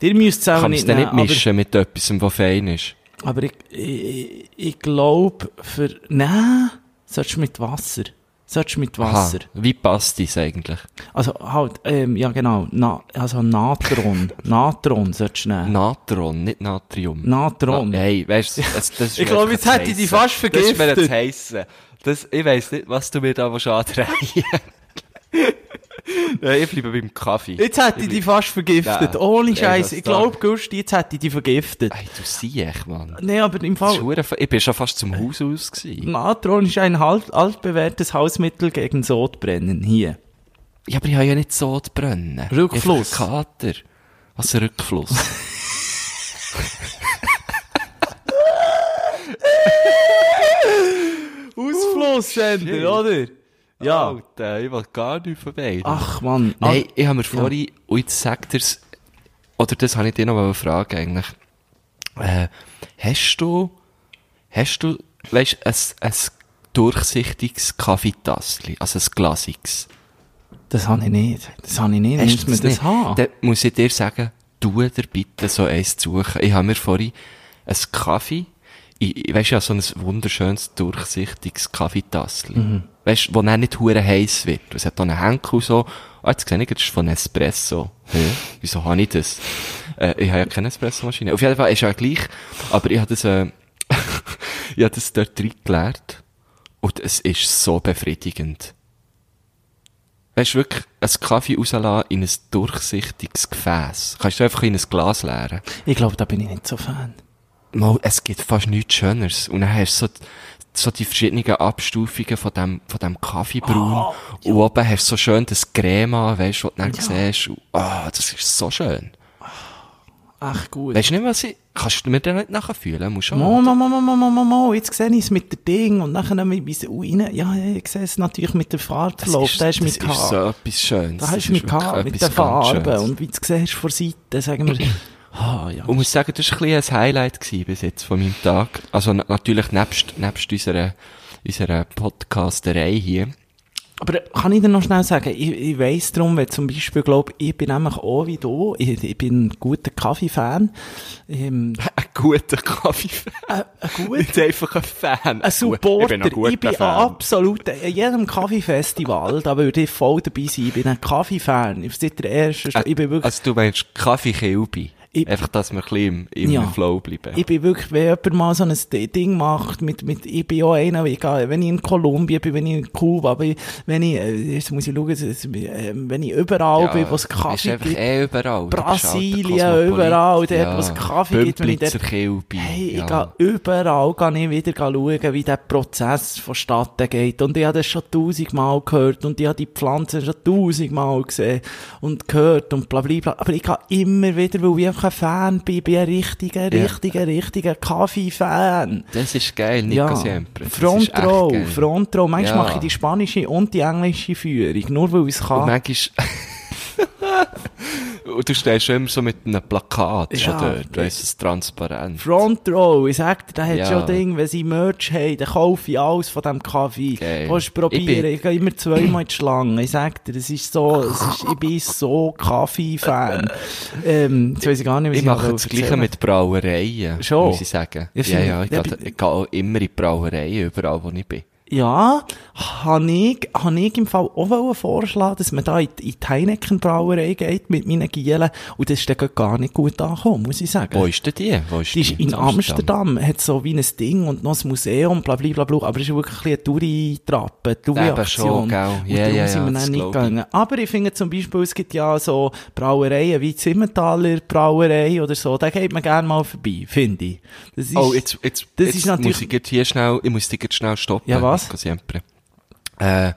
Speaker 3: ihr müsst es auch
Speaker 2: Kann man es
Speaker 3: nicht
Speaker 2: dann nicht
Speaker 3: nehmen,
Speaker 2: mischen mit etwas, was fein ist?
Speaker 3: Aber, aber ich, ich, ich glaube, für, nein, solltest du mit Wasser. Solltest du mit Wasser.
Speaker 2: Aha, wie passt das eigentlich?
Speaker 3: Also halt, ähm, ja genau, Na, also Natron, Natron solltest du nehmen.
Speaker 2: Natron, nicht Natrium.
Speaker 3: Natron.
Speaker 2: Ah, hey, weißt du, das, das ist
Speaker 3: Ich
Speaker 2: mir
Speaker 3: glaub,
Speaker 2: einfach
Speaker 3: jetzt
Speaker 2: ein
Speaker 3: hätte ich dich
Speaker 2: Heissen.
Speaker 3: fast
Speaker 2: Das ist mir
Speaker 3: vergiftet.
Speaker 2: jetzt heissen. Das, ich weiss nicht, was du mir da willst antreiben Nein, ich bleibe beim Kaffee.
Speaker 3: Jetzt hätte ich dich fast vergiftet,
Speaker 2: Ja.
Speaker 3: ohne
Speaker 2: Ja,
Speaker 3: Scheiß.
Speaker 2: das Äh,
Speaker 3: Ich
Speaker 2: da.
Speaker 3: glaube, Gusti, jetzt hätte ich dich vergiftet.
Speaker 2: Ey, du siehst, Mann.
Speaker 3: Nee, aber im
Speaker 2: Das ist
Speaker 3: Fall,
Speaker 2: hure fa- Ich bin schon fast
Speaker 3: Äh.
Speaker 2: zum Haus aus gewesen.
Speaker 3: Natron ist ein halt, altbewährtes Hausmittel gegen Sodbrennen, hier.
Speaker 2: Ja, aber ich habe ja nicht so zu brennen.
Speaker 3: Rückfluss.
Speaker 2: Ich habe Kater. Was ein Rückfluss? shit.
Speaker 3: Ausflusssender, oder? Ja.
Speaker 2: Alter, ich will gar nicht vorbei.
Speaker 3: Ach Mann.
Speaker 2: Nein, ich habe mir vorhin, und jetzt sagt er's, oder das habe ich dir noch mal fragen eigentlich. Äh, hast du, hast du, weißt du, ein, ein durchsichtiges Kaffeetastchen, also ein glasiges?
Speaker 3: Ah, das habe ich nicht. Das habe ich nicht.
Speaker 2: Hast
Speaker 3: Muss man das
Speaker 2: nicht?
Speaker 3: haben?
Speaker 2: Dann muss ich dir sagen, tu dir bitte so eins zu suchen. Ich habe mir vorhin ein Kaffee, ich, ich- weisst du, ja, so ein wunderschönes, durchsichtiges Kaffeetassel. Weisst du, wo dann nicht hure heiß wird. Es hat auch einen Henkel und so. Ah, jetzt sehe ich, das ist von Espresso. Hä? Wieso habe ich das? Äh, ich habe ja keine Espresso-Maschine. Auf jeden Fall ist ja gleich. Aber ich habe das, äh, ich habe das dort reingeleert. Und es ist so befriedigend. Weißt du wirklich, einen Kaffee rauslassen in ein durchsichtiges Gefäß? Kannst du einfach in ein Glas leeren?
Speaker 3: Ich glaube, da bin ich nicht so Fan.
Speaker 2: Mal, es gibt fast nichts Schöneres. Und dann hast du so, die- so die verschiedenen Abstufungen von dem, von dem Kaffeebraun.
Speaker 3: Ah,
Speaker 2: Und oben hast du so schön das Crema, weißt du, was du dann siehst. Und, ah, das ist so schön.
Speaker 3: Ach gut.
Speaker 2: Weißt du nicht, was ich, kannst du mir den nicht nachfühlen? Muss schon.
Speaker 3: Mo, mo, mo, mo, mo, mo, mo, mo, jetzt sehe ich es mit dem Ding und nachher nehme ich es rein. Ja, ja, ich sehe es natürlich mit dem
Speaker 2: Das
Speaker 3: Fahrtverlauf.
Speaker 2: ist-
Speaker 3: Da hast du mit
Speaker 2: das ist so
Speaker 3: K.
Speaker 2: etwas Schönes.
Speaker 3: Da hast
Speaker 2: Das
Speaker 3: du mit
Speaker 2: ist wirklich
Speaker 3: K, mit
Speaker 2: etwas
Speaker 3: den
Speaker 2: ganz
Speaker 3: Farben.
Speaker 2: Schönes.
Speaker 3: Und wie du es siehst von Seite, sagen wir, ah, ja.
Speaker 2: Und muss sagen, das war ein bisschen ein Highlight gewesen bis jetzt von meinem Tag. Also na- natürlich nebst, nebst unserer, unserer Podcasterei hier.
Speaker 3: Aber kann ich dir noch schnell sagen, ich, ich weiss darum, wenn zum Beispiel, glaub, ich bin nämlich auch wie du, ich, ich bin ein guter Kaffee-Fan. Ähm,
Speaker 2: Ein guter Kaffee.
Speaker 3: äh, ein guter
Speaker 2: Nicht einfach ein Fan.
Speaker 3: ein Supporter.
Speaker 2: Ich bin ein guter
Speaker 3: ich bin
Speaker 2: Fan.
Speaker 3: absolut, äh, in jedem Kaffeefestival, da würde ich voll dabei sein. Ich bin ein Kaffee-Fan. Ich bin der erste, Stu- ich bin wirklich,
Speaker 2: Also du meinst Kaffeekilbi?
Speaker 3: Ich-
Speaker 2: Einfach, dass wir ein bisschen im, im
Speaker 3: Ja.
Speaker 2: Flow bleiben.
Speaker 3: ich bin wirklich, wenn jemand mal so ein D- Ding macht, mit, mit, ich bin auch einer, egal, wenn ich in Kolumbien bin, wenn ich in Kuba bin, wenn ich, äh, jetzt muss ich schauen, dass es, äh, wenn ich überall bin, wo es
Speaker 2: ist
Speaker 3: Kaffee
Speaker 2: einfach
Speaker 3: gibt.
Speaker 2: eh überall. Du bist halt
Speaker 3: Brasilien,
Speaker 2: ein Kosmopolit.
Speaker 3: überall, dort, wo es Kaffee gibt, wenn ich dort-
Speaker 2: Bümplitzer Kilbi.
Speaker 3: Hey, ich
Speaker 2: ja.
Speaker 3: gehe überall kann ich wieder schauen, wie der Prozess vonstatten geht. Und ich habe das schon tausendmal gehört und ich habe die Pflanzen schon tausendmal gesehen und gehört und bla bla bla. Aber ich gehe immer wieder, weil ich einfach ein Fan bin. Ich bin ein richtiger,
Speaker 2: Ja.
Speaker 3: richtiger, richtiger Kaffee-Fan.
Speaker 2: Das ist geil, Nico Siempre. Das ist echt
Speaker 3: Frontrow,
Speaker 2: geil.
Speaker 3: Frontrow. Manchmal
Speaker 2: Ja.
Speaker 3: mache ich die spanische und die englische Führung, nur weil ich es
Speaker 2: Und
Speaker 3: kann.
Speaker 2: manchmal... Und du stehst schon immer so mit einem Plakat
Speaker 3: Ja.
Speaker 2: schon dort, weißt du, es transparent.
Speaker 3: Front Row, ich sag dir, der hat
Speaker 2: Ja.
Speaker 3: schon Ding, wenn sie Merch haben, dann kaufe ich alles von diesem Kaffee.
Speaker 2: Geil.
Speaker 3: Willst du
Speaker 2: Ich bin-
Speaker 3: probieren? Ich, gehe immer zweimal in die Schlange. Ich sag dir, es ist so, es ist, ich bin so Kaffee-Fan. ähm, jetzt weiss ich gar nicht, was
Speaker 2: Ich mache das
Speaker 3: erzählen
Speaker 2: Gleiche mit Brauereien,
Speaker 3: Schon?
Speaker 2: muss ich sagen.
Speaker 3: Ja,
Speaker 2: Ja, ja, ich,
Speaker 3: finde ich-
Speaker 2: gehe, ich gehe auch immer in die Brauereien, überall wo ich bin.
Speaker 3: Ja, habe ich, hab ich im Fall auch wollen vorschlagen, dass man da in, die- in die Heineken-Brauerei geht mit meinen Gielen. Und das ist dann gerade gar nicht gut angekommen, muss ich sagen.
Speaker 2: Wo ist denn die? Wo ist
Speaker 3: Eh, Die ist in Amsterdam, hat so wie ein Ding und noch ein Museum, bla bla bla, bla aber es ist wirklich ein bisschen eine Touri-Trappe,
Speaker 2: schon,
Speaker 3: Touri-Aktion.
Speaker 2: gell.
Speaker 3: Und
Speaker 2: Ja,
Speaker 3: darum
Speaker 2: ja,
Speaker 3: sind
Speaker 2: ja,
Speaker 3: wir
Speaker 2: das
Speaker 3: dann nicht
Speaker 2: glaub ich.
Speaker 3: gegangen. Aber ich finde zum Beispiel, es gibt ja so Brauereien wie Zimmentaler Brauerei oder so, da geht man gerne mal vorbei, finde ich. Das ist,
Speaker 2: Oh, jetzt, jetzt,
Speaker 3: das
Speaker 2: jetzt muss
Speaker 3: ist
Speaker 2: ich
Speaker 3: natürlich,
Speaker 2: grad hier schnell, ich muss dich grad schnell stoppen.
Speaker 3: Ja, was?
Speaker 2: Nico Siempre. Äh, ich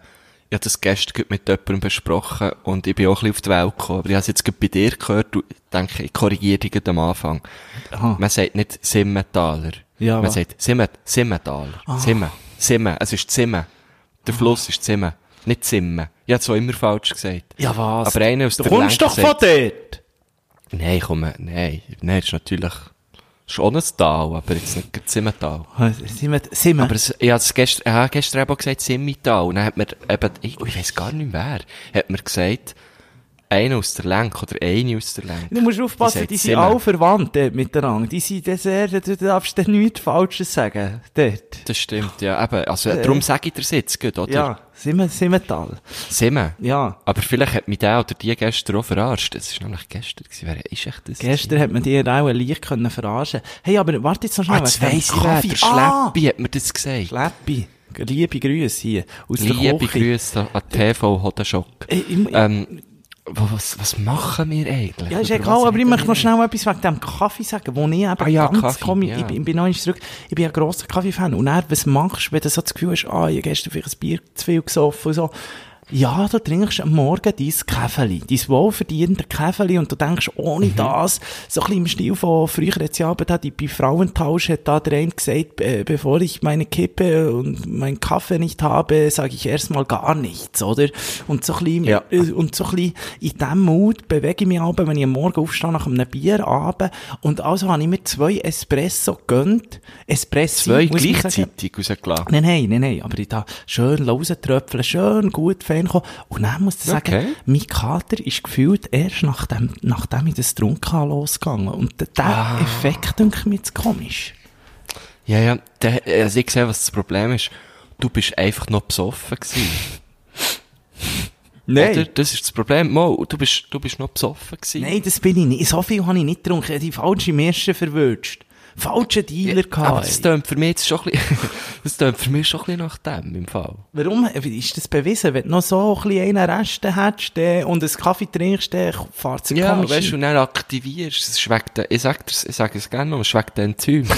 Speaker 2: habe das gestern grad mit jemandem besprochen und ich bin auch ein bisschen auf die Welt gekommen. Aber ich habe es jetzt grad bei dir gehört und ich denke, ich korrigiere dich grad am Anfang.
Speaker 3: Aha.
Speaker 2: Man sagt nicht Simmentaler.
Speaker 3: Ja,
Speaker 2: Man
Speaker 3: was? Ah.
Speaker 2: sagt Simmet, Simmentaler. Simme, Simme. Es ist Simme. Der Fluss ist Simme. Nicht Simme. Ich habe es auch immer falsch gesagt.
Speaker 3: ja was?
Speaker 2: Aber einer aus
Speaker 3: du
Speaker 2: der
Speaker 3: kommst
Speaker 2: Lenker
Speaker 3: doch von
Speaker 2: sagt-
Speaker 3: dort!
Speaker 2: Nein, komm, nein. Nein, ist natürlich schon ein Tal, aber jetzt nicht grad Simmental.
Speaker 3: Sind wir, sind wir?
Speaker 2: Aber es, ich habe es gestern, ich habe gestern eben auch gesagt, Simmital. Und dann hat mir eben, ich, ich weiss gar nicht mehr wer, hat mir gesagt, einer aus der Lenk oder eine aus der Lenk.
Speaker 3: Du musst aufpassen,
Speaker 2: sagt
Speaker 3: die sind
Speaker 2: Zimmer.
Speaker 3: alle verwandt dort miteinander. Die sind dann sehr, du darfst dann nichts Falsches sagen, dort.
Speaker 2: Das stimmt, ja, eben. Also, darum sage ich dir das jetzt, gut, oder?
Speaker 3: Ja, Simmen, Simmental.
Speaker 2: Simme.
Speaker 3: Ja.
Speaker 2: Aber vielleicht hat mich der oder die gestern auch verarscht. Es war nämlich gestern. gewesen. Wer ist echt das?
Speaker 3: Gestern hat man die auch leicht können verarschen. Hey, aber warte jetzt noch schnell.
Speaker 2: Ah, das
Speaker 3: wegen dem
Speaker 2: weiss ich wer. Der
Speaker 3: Ah,
Speaker 2: Schleppi hat mir das gesagt.
Speaker 3: Schleppi. Liebe Grüße hier. Aus der
Speaker 2: Liebe
Speaker 3: Küche.
Speaker 2: Grüße an TV Hodenschock.
Speaker 3: Äh, im-
Speaker 2: Ähm, wo- was, was machen wir eigentlich?
Speaker 3: Ja, ist
Speaker 2: Über
Speaker 3: egal,
Speaker 2: was
Speaker 3: aber ich
Speaker 2: reden
Speaker 3: möchte
Speaker 2: wir?
Speaker 3: noch schnell etwas wegen dem Kaffee sagen, wo ich eben
Speaker 2: Ah ja,
Speaker 3: ganz
Speaker 2: Kaffee,
Speaker 3: komme.
Speaker 2: ja.
Speaker 3: Ich, bin- ich bin noch einmal zurück. Ich bin ein grosser Kaffee-Fan. Und dann, was machst du, wenn du so das Gefühl hast, ah, ich habe gestern vielleicht ein Bier zu viel gesoffen und so. Ja, du trinkst am Morgen dein Käfeli, dein wohlverdiente Käfeli und du denkst, ohne
Speaker 2: Mhm.
Speaker 3: das, so ein bisschen im Stil von früher jetzt ja, aber da die bei Frauentausch hat da der eine gesagt, äh, bevor ich meine Kippe und meinen Kaffee nicht habe, sage ich erstmal gar nichts, oder? Und so ein bisschen,
Speaker 2: Ja.
Speaker 3: äh, und so ein bisschen in diesem Mut bewege ich mich ab, wenn ich am Morgen aufstehe nach einem Bier abend. Und also habe ich mir zwei Espresso gegönnt. Espresso.
Speaker 2: Zwei
Speaker 3: muss ich sagen.
Speaker 2: gleichzeitig rausgelassen.
Speaker 3: Nein, nein, nein, nein, aber ich da schön lausentröpfeln, schön gut fein kommen. Und dann muss ich sagen,
Speaker 2: Okay.
Speaker 3: mein Kater ist gefühlt erst nachdem, nachdem ich das getrunken habe, losgegangen. Und der
Speaker 2: Ah.
Speaker 3: der Effekt, denke ich mir, jetzt komisch.
Speaker 2: Ja, ja, der, also ich sehe, was das Problem ist. Du bist einfach noch besoffen gewesen. Oder? Das ist das Problem. Mo, du bist, du bist noch besoffen gewesen.
Speaker 3: Nein, das bin ich nicht. So viel habe ich nicht getrunken. Ich habe die falsche Mische verwünscht. Falschen Dealer gehabt.
Speaker 2: Aber das
Speaker 3: ey.
Speaker 2: tönt für mich jetzt schon ein bisschen, das tönt für mich schon ein bisschen nach dem im Fall.
Speaker 3: Warum ist das bewiesen? Wenn du noch so ein bisschen einen Reste hättest äh, und einen Kaffee trinkst, dann fährt es
Speaker 2: Ja,
Speaker 3: komisch.
Speaker 2: weißt du,
Speaker 3: ein.
Speaker 2: und dann aktivierst du es, ist wegen der, ich sag dir's, ich sag es gerne noch, es ist wegen der Enzym.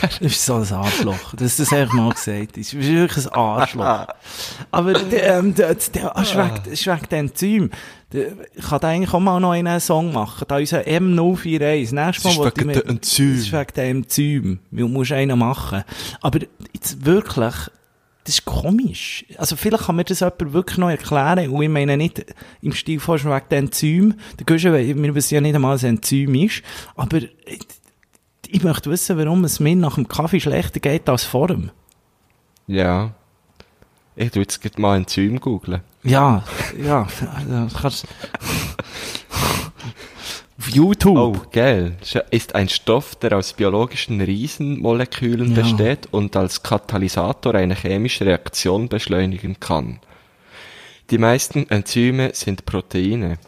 Speaker 3: Das ist so ein Arschloch. Das das habe ich mal gesagt. Das ist wirklich ein Arschloch. Aber der, ähm, der, der ah, schmeckt, schmeckt Enzym. Der, ich kann da eigentlich auch mal noch einen Song machen. Da unser M041. Nächstes Mal
Speaker 2: Es ist
Speaker 3: wollte ich
Speaker 2: wegen
Speaker 3: mir-
Speaker 2: der Enzym.
Speaker 3: Das ist wegen der Enzym. Du musst einen machen. Aber jetzt wirklich, das ist komisch. Also vielleicht kann mir das jemand wirklich noch erklären. Und ich meine nicht im Stil von schon wegen der Enzym. Der Guschen, wir wissen ja nicht einmal, was ein Enzym ist. Aber äh, ich möchte wissen, warum es mir nach dem Kaffee schlechter geht als vor dem.
Speaker 2: ja. Ich tu jetzt grad mal Enzym googeln.
Speaker 3: Ja, ja, also, kannst. Auf YouTube.
Speaker 2: Oh, geil. Sch- Ist ein Stoff, der aus biologischen Riesenmolekülen
Speaker 3: Ja.
Speaker 2: besteht und als Katalysator eine chemische Reaktion beschleunigen kann. Die meisten Enzyme sind Proteine.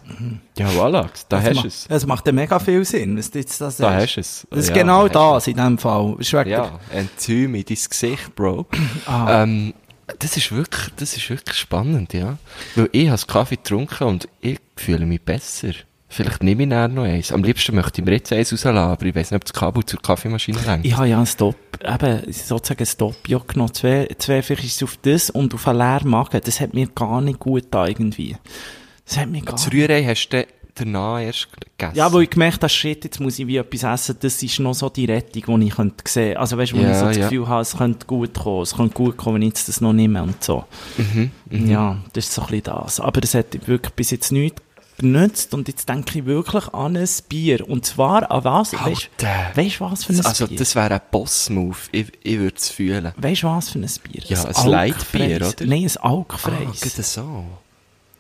Speaker 2: Ja, voilà, da
Speaker 3: Mhm. das
Speaker 2: hast
Speaker 3: ma-
Speaker 2: du es.
Speaker 3: Das macht ja mega viel Sinn, was du jetzt das
Speaker 2: Da
Speaker 3: sagst.
Speaker 2: hast du es.
Speaker 3: Das ist
Speaker 2: Ja,
Speaker 3: genau
Speaker 2: da
Speaker 3: das in dem Fall. Das ist wegen
Speaker 2: Ja, Enzyme in dein Gesicht, Bro.
Speaker 3: Ah.
Speaker 2: Ähm, das ist wirklich, das ist wirklich spannend, ja. Weil ich habe Kaffee getrunken und ich fühle mich besser. Vielleicht nehme ich nachher noch eins. Am liebsten möchte ich mir jetzt eins rauslassen, aber ich weiss nicht, ob das Kabel zur Kaffeemaschine reicht.
Speaker 3: Ich habe ja einen Stop, eben, sozusagen einen Stop-Jog genommen. Zwei, zwei Fische ist auf das und auf einen leeren Magen. Das hat mir gar nicht gut da irgendwie. Das hat mir gar
Speaker 2: Das
Speaker 3: nicht...
Speaker 2: Rührei hast du dann danach erst gegessen.
Speaker 3: Ja, weil ich gemerkt habe, shit, jetzt muss ich wie etwas essen, das ist noch so die Rettung, die ich könnte sehen könnte. Also weißt du, wo
Speaker 2: Ja,
Speaker 3: ich so das
Speaker 2: ja.
Speaker 3: Gefühl habe, es könnte gut kommen, es könnte gut kommen, wenn ich jetzt das noch nehme und so.
Speaker 2: Mhm,
Speaker 3: Ja, das ist so ein bisschen das. Aber das hat wirklich bis jetzt nichts genützt und jetzt denke ich wirklich an ein Bier. Und zwar an was? Weißt
Speaker 2: Alter.
Speaker 3: weißt du, was für ein
Speaker 2: also,
Speaker 3: Bier?
Speaker 2: das wäre ein Boss-Move. Ich, ich würde es fühlen. Ah,
Speaker 3: Weißt du was für ein Bier?
Speaker 2: Ja, ein
Speaker 3: alkfreies.
Speaker 2: Leitbier, oder?
Speaker 3: Nein, ein
Speaker 2: Ah,
Speaker 3: alkfreies.
Speaker 2: geht so.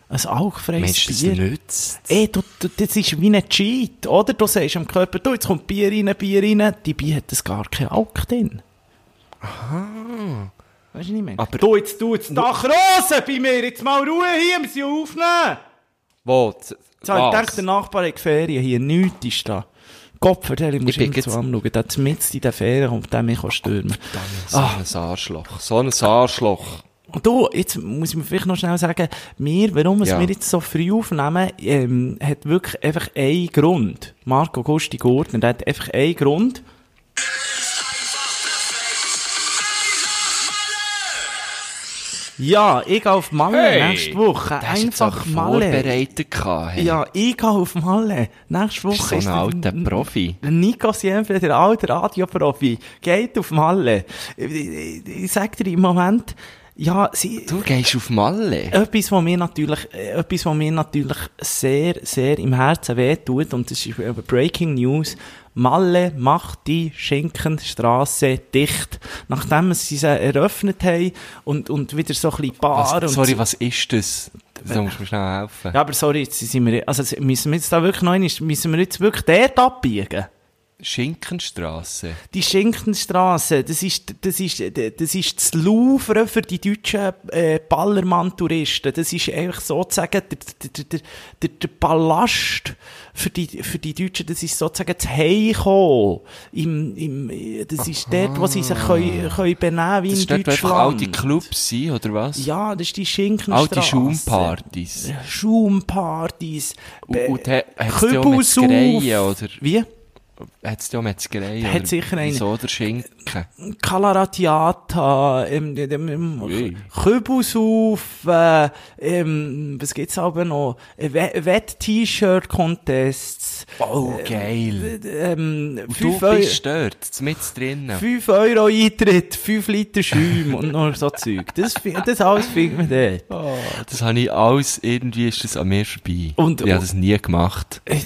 Speaker 3: ein alkfreies
Speaker 2: Mensch, das
Speaker 3: Bier.
Speaker 2: nützt.
Speaker 3: Ey, du, du, das ist wie ein Cheat, oder? Du sagst am Körper, du, jetzt kommt Bier rein, Bier rein. Die Bier hat das gar kein Alk drin. Aha. Weißt du, was ich meine?
Speaker 2: Aber-
Speaker 3: du, jetzt, du, jetzt, Dach Rosen bei mir, jetzt mal Ruhe hier, wir sind aufnehmen.
Speaker 2: Wo? Z-
Speaker 3: Jetzt habe ich
Speaker 2: was?
Speaker 3: gedacht, der Nachbar hat Ferien hier, nichts ist da. Gott verdammt, ich muss
Speaker 2: Ich bin
Speaker 3: immer
Speaker 2: jetzt-
Speaker 3: zu anschauen, der hat mitten in den Ferien kommt, der mich kann stürmen
Speaker 2: Ah. So ein Arschloch. So ein Arschloch.
Speaker 3: Und du, jetzt muss ich mir vielleicht noch schnell sagen, wir, warum es
Speaker 2: Ja.
Speaker 3: wir jetzt so früh aufnehmen, ähm, hat wirklich einfach einen Grund. Marco Gusti Gurtner, der hat einfach einen Grund. Ja, ich gehe auf Malle
Speaker 2: Hey,
Speaker 3: nächste Woche.
Speaker 2: Das ist jetzt aber
Speaker 3: Einfach Malle.
Speaker 2: vorbereitet gehabt, hey.
Speaker 3: Ja, ich gehe auf Malle. Nächste Woche
Speaker 2: Du bist so ein
Speaker 3: der-
Speaker 2: alter Profi.
Speaker 3: der Nico Siempre, der alte Radioprofi, geht auf Malle. Ich, ich, ich sag dir im Moment, ja, sie,
Speaker 2: Du gehst auf Malle.
Speaker 3: etwas, was mir natürlich, äh, etwas, was mir natürlich sehr, sehr im Herzen wehtut, und das ist äh, Breaking News. Malle macht die Schinkenstraße dicht. Nachdem es sie sie eröffnet haben und, und wieder so ein bisschen Bar und
Speaker 2: Was, sorry, was ist das? Da musst du mir schnell helfen.
Speaker 3: Ja, aber sorry, jetzt sind wir, also jetzt müssen wir jetzt da wirklich noch einmal, müssen wir jetzt wirklich dort abbiegen?
Speaker 2: Schinkenstrasse.
Speaker 3: Die Schinkenstraße, das ist, das ist, das ist das Louvre für die deutschen äh, Ballermann-Touristen. Das ist eigentlich sozusagen der, der- der, der, der, der Ballast für die, für die Deutschen. Das ist sozusagen das Heimkommen. Im, im, das ist dort, wo sie sich können, können benehmen wie
Speaker 2: Das
Speaker 3: in
Speaker 2: ist dort, wo einfach all die
Speaker 3: Deutschland.
Speaker 2: Clubs sind, oder was?
Speaker 3: ja, das ist die
Speaker 2: all
Speaker 3: Schinkenstraße.
Speaker 2: die Schaumpartys.
Speaker 3: Schaumpartys.
Speaker 2: Und, und he, hat's die auch
Speaker 3: Kübelsauf.
Speaker 2: Metzgereien, oder?
Speaker 3: Wie?
Speaker 2: Hat's die auch Metzgereien?
Speaker 3: Hat
Speaker 2: oder
Speaker 3: sicher eine.
Speaker 2: Wieso der Schinken?
Speaker 3: Kalaratiata, ähm, ähm, ähm,
Speaker 2: Ui.
Speaker 3: Kübelsauf, äh, ähm, was gibt's aber noch? Äh, We- Wett-T-Shirt-Contests,
Speaker 2: Oh, geil.
Speaker 3: ähm,
Speaker 2: Und
Speaker 3: 5
Speaker 2: du bist
Speaker 3: Euro,
Speaker 2: dort, mit drinnen.
Speaker 3: fünf Euro Eintritt, 5 Liter Schäum und noch so Zeug. Das, fi- das alles findet man dort.
Speaker 2: Oh. Das habe ich alles, irgendwie ist das an mir vorbei.
Speaker 3: Und-
Speaker 2: ich habe das nie gemacht.
Speaker 3: Äh,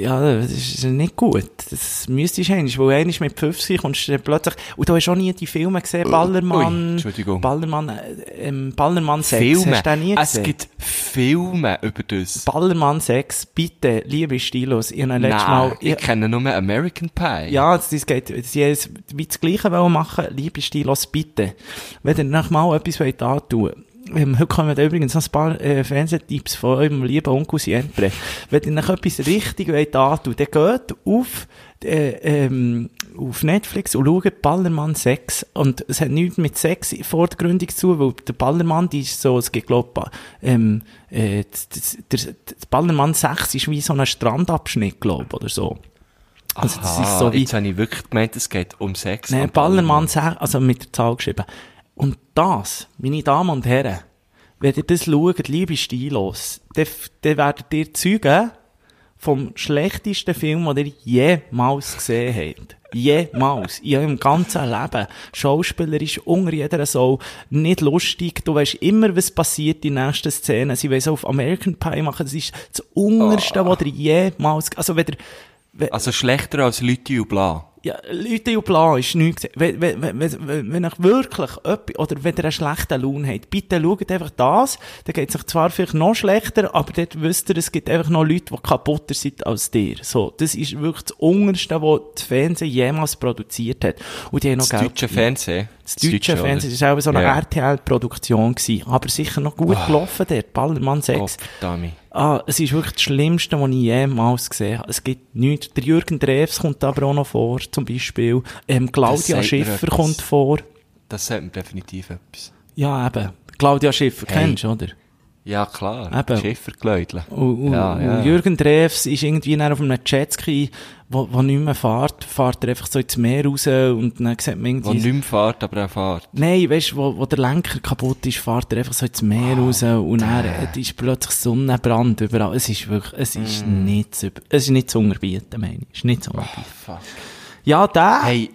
Speaker 3: Ja, das ist nicht gut. Das müsstest du eigentlich, weil einmal mit 50 kommst du dann plötzlich, und da hast du auch nie die Filme gesehen,
Speaker 2: Ui,
Speaker 3: Ballermann,
Speaker 2: Entschuldigung.
Speaker 3: Ballermann, äh, ähm, Ballermann 6,
Speaker 2: Filme.
Speaker 3: hast du den nie
Speaker 2: es
Speaker 3: gesehen?
Speaker 2: gibt Filme über das.
Speaker 3: Ballermann 6, bitte, liebe Stilos, ihr habt letztes Mal,
Speaker 2: Nein,
Speaker 3: ihr,
Speaker 2: ich kenne nur American Pie.
Speaker 3: ja, das das geht, sie haben es wie das Gleiche wollen machen, liebe Stilos, bitte. Wenn ihr noch mal etwas wollt antun ähm, heute kommen übrigens noch ein paar äh, Fernsehtipps von eurem lieben Onkel Siempre. Wenn ihr noch etwas richtig wollt antun wollt, dann geht auf, äh, ähm, auf Netflix und schaut Ballermann 6. Und es hat nichts mit Sex Vordergründig zu, weil der Ballermann, die ist so, es gibt, glaub, ähm, äh, das, das, das, das Ballermann 6 ist wie so ein Strandabschnitt, glaub, oder so. Also, das ist so wie,
Speaker 2: Ah, Jetzt habe ich wirklich gemeint, es geht um Sex.
Speaker 3: Nein,
Speaker 2: am
Speaker 3: Ballermann, sech- also mit der Zahl geschrieben. Und das, meine Damen und Herren, wenn ihr das schaut, liebe Stilos, dann f- dann werdet ihr Zeugen vom schlechtesten Film, den ihr jemals gesehen habt. Jemals. In eurem ganzen Leben. Schauspielerisch unter jeder Sau. Nicht lustig. Du weißt immer, was passiert in der nächsten Szene. Sie wollen auf American Pie machen. Das ist das Unterste, was ihr jemals... Also wenn ihr... wenn-
Speaker 2: Also schlechter als Leute und bla.
Speaker 3: ja, Leute und Plan ist nichts gesehen. Wenn, wenn, wenn, wenn, wenn euch wirklich etwas, oder wenn ihr einen schlechten Laune habt, bitte schaut einfach das. Dann geht es euch zwar vielleicht noch schlechter, aber dort wisst ihr, es gibt einfach noch Leute, die kaputter sind als dir. So, das ist wirklich das Unterste, was das Fernsehen jemals produziert hat. Und die haben noch
Speaker 2: Das deutsche Fernsehen.
Speaker 3: Das deutsche Fernsehen
Speaker 2: oder?
Speaker 3: das war auch so eine
Speaker 2: Ja. Ah.
Speaker 3: RTL-Produktion, gewesen, aber sicher noch gut gelaufen dort, Ballermann 6.
Speaker 2: Oh, verdammt.
Speaker 3: Ah, es ist wirklich das Schlimmste, was ich jemals gesehen habe. Es gibt nichts. Der Jürgen Drews kommt aber auch noch vor, zum Beispiel.
Speaker 2: Das
Speaker 3: Ähm,
Speaker 2: sagt
Speaker 3: Claudia
Speaker 2: mir
Speaker 3: Schiffer
Speaker 2: etwas.
Speaker 3: kommt vor.
Speaker 2: Das sagt mir definitiv etwas.
Speaker 3: Ja, eben. Claudia Schiffer
Speaker 2: Hey.
Speaker 3: kennst du, oder?
Speaker 2: Ja, klar.
Speaker 3: Eben. Oh,
Speaker 2: Schiffergeläudle.
Speaker 3: Und, und,
Speaker 2: Ja, ja.
Speaker 3: und Jürgen Drews ist irgendwie dann auf einem Jetski, wo, wo nicht mehr fährt, fährt er einfach so ins Meer raus und dann sieht man
Speaker 2: Wo nicht
Speaker 3: irgendwie...
Speaker 2: mehr fährt, aber er fährt.
Speaker 3: Nein, weißt du, wo, wo der Lenker kaputt ist, fährt er einfach so ins
Speaker 2: Ah,
Speaker 3: Meer raus und dann äh, ist plötzlich Sonnenbrand überall. Es ist wirklich, es ist
Speaker 2: Mm.
Speaker 3: nicht zu, über- es ist nicht zu unterbieten, meine ich. Es ist
Speaker 2: Ah.
Speaker 3: nicht zu unterbieten.
Speaker 2: Fuck.
Speaker 3: Ja, der.
Speaker 2: Hey,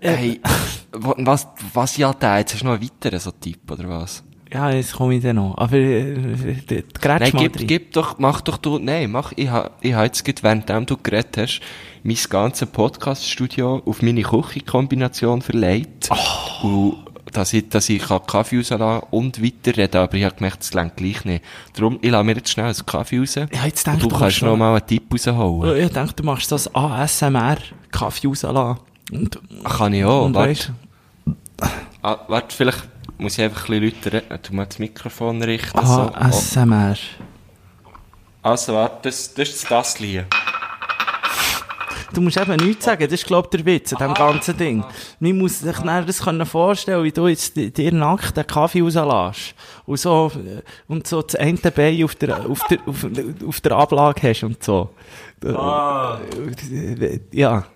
Speaker 3: Äh,
Speaker 2: hey, wa- was, was ja der? Jetzt hast du noch einen weiteren so Typ, oder was?
Speaker 3: Ja, jetzt komme ich dann noch. Aber, äh, äh,
Speaker 2: Nein,
Speaker 3: grätsch mal
Speaker 2: gib,
Speaker 3: drin.
Speaker 2: gib doch, mach doch du, nein, mach, ich ha, ich ha jetzt gerade, währenddem du geredet hast, mein ganzes Podcast-Studio auf meine Küche-Kombination verlegt.
Speaker 3: Oh.
Speaker 2: Und, dass ich, dass ich kann Kaffee rauslassen und weiterreden, aber ich habe gemerkt, das längt gleich nicht. Darum, ich lasse mir jetzt schnell einen Kaffee raus.
Speaker 3: Ja, jetzt denk
Speaker 2: und du
Speaker 3: doch
Speaker 2: kannst
Speaker 3: schon. Äh,
Speaker 2: noch mal einen Tipp rausholen.
Speaker 3: Ja, Oh, Ich denke, du machst das ASMR-Kaffee rauslassen. Und,
Speaker 2: Ah, Kann ich auch,
Speaker 3: und
Speaker 2: Oh, warte.
Speaker 3: weisst,
Speaker 2: Ah, warte, vielleicht muss ich einfach ein bisschen läutern. Tu mal das Mikrofon richten.
Speaker 3: also,
Speaker 2: so. Oh.
Speaker 3: ASMR.
Speaker 2: Also, warte, das, das ist das hier.
Speaker 3: Du musst eben nichts sagen, das ist, glaub ich, der Witz an dem ganzen Ding. Man muss sich dann das können vorstellen, wie du jetzt di- dir nackt den Kaffee rauslässt. Und so, äh, und so das eine Bein auf der, auf der, auf, auf der Ablage hast und so.
Speaker 2: Ah.
Speaker 3: Ja.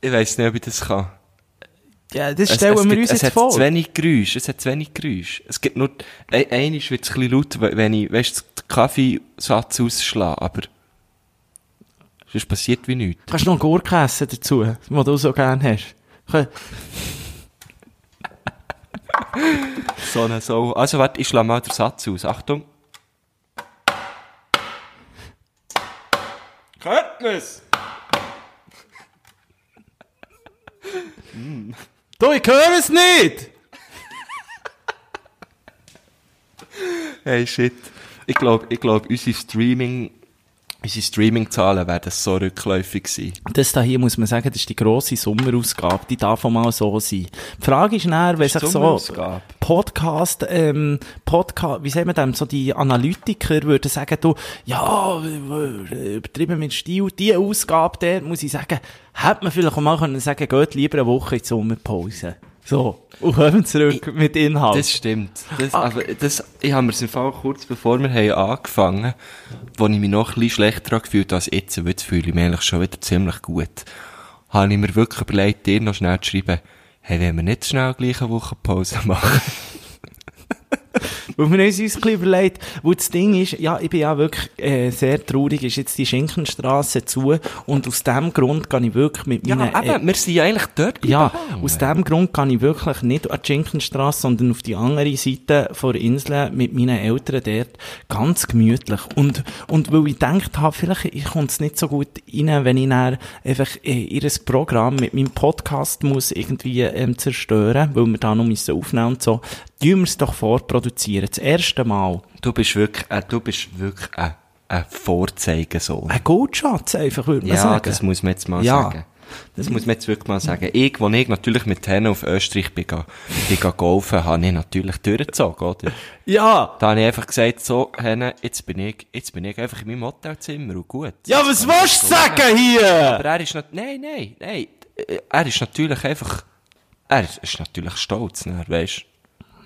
Speaker 2: Ich weiss nicht, ob ich das kann.
Speaker 3: Ja, das stellen wir
Speaker 2: gibt-
Speaker 3: uns
Speaker 2: es
Speaker 3: jetzt
Speaker 2: hat
Speaker 3: vor.
Speaker 2: zu wenig Geräusch, es hat zu wenig Geräusch. Es gibt nur, ein- einiges wird es ein bisschen laut, we- wenn ich, weißt du, den Kaffeesatz ausschlage, aber sonst passiert wie nichts.
Speaker 3: Kannst du noch Gurke essen dazu, was du so gerne hast? Kö-
Speaker 2: So eine so. Also, warte, ich schlage mal den Satz aus. Achtung. Köttnis!
Speaker 3: Du, ich höre es nicht!
Speaker 2: Hey, shit. Ich glaube, ich glaub, unsere Streaming, unsere Streaming-Zahlen werden so rückläufig sein.
Speaker 3: Das da hier muss man sagen, das ist die grosse Sommerausgabe, die darf auch mal so sein. Die Frage ist näher, wenn
Speaker 2: ist
Speaker 3: sich
Speaker 2: die
Speaker 3: so
Speaker 2: Sommerausgabe.
Speaker 3: Podcast, ähm, Podcast, wie sagen wir dem, so die Analytiker würden sagen, du, ja, äh, übertrieben mit Stil, die Ausgabe der, muss ich sagen, hätte man vielleicht auch mal können sagen, geht lieber eine Woche in die Sommerpause. So. Und kommen zurück mit Inhalt.
Speaker 2: Das stimmt. Das, aber das, ich habe mir im Fall kurz bevor wir haben angefangen wo ich mich noch ein bisschen schlechter daran gefühlt habe als jetzt, aber jetzt fühle ich mich eigentlich schon wieder ziemlich gut, habe ich mir wirklich überlegt, dir noch schnell zu schreiben, hey, wenn wir nicht schnell gleich eine Woche Pause machen.
Speaker 3: Weil wir uns uns ein bisschen überlegt, wo das Ding ist, ja, ich bin ja wirklich äh, sehr traurig, ist jetzt die Schinkenstraße zu und aus dem Grund kann ich wirklich mit meinen... äh,
Speaker 2: wir sind ja eigentlich dort.
Speaker 3: ja, aus dem Grund kann ich wirklich nicht an die Schinkenstraße, sondern auf die andere Seite von der Insel mit meinen Eltern dort ganz gemütlich. Und, und weil ich gedacht habe, vielleicht kommt es nicht so gut rein, wenn ich dann einfach äh, ihr Programm mit meinem Podcast muss irgendwie ähm, zerstören, weil wir da noch müssen aufnehmen und so, tun wir es doch vorproduzieren. Das erste Mal.
Speaker 2: Du bist wirklich, äh, du bist wirklich ein, ein Vorzeigesohn.
Speaker 3: Ein Goldschatz einfach, würde man
Speaker 2: Ja,
Speaker 3: sagen.
Speaker 2: das muss man jetzt mal
Speaker 3: Ja.
Speaker 2: sagen. Das muss man jetzt wirklich mal sagen. Ich, wo ich natürlich mit Hennen auf Österreich bin, gegangen- bin gegangen golfen, habe ich natürlich durchgezogen, oder?
Speaker 3: ja.
Speaker 2: Da habe ich einfach gesagt, so, Hennen, jetzt bin ich, jetzt bin ich einfach in meinem Hotelzimmer und gut.
Speaker 3: Ja, was willst du sagen hier?
Speaker 2: Aber er ist nicht, nein, nein, nein. Äh, Er ist natürlich einfach, er ist, ist natürlich stolz, ne, weisst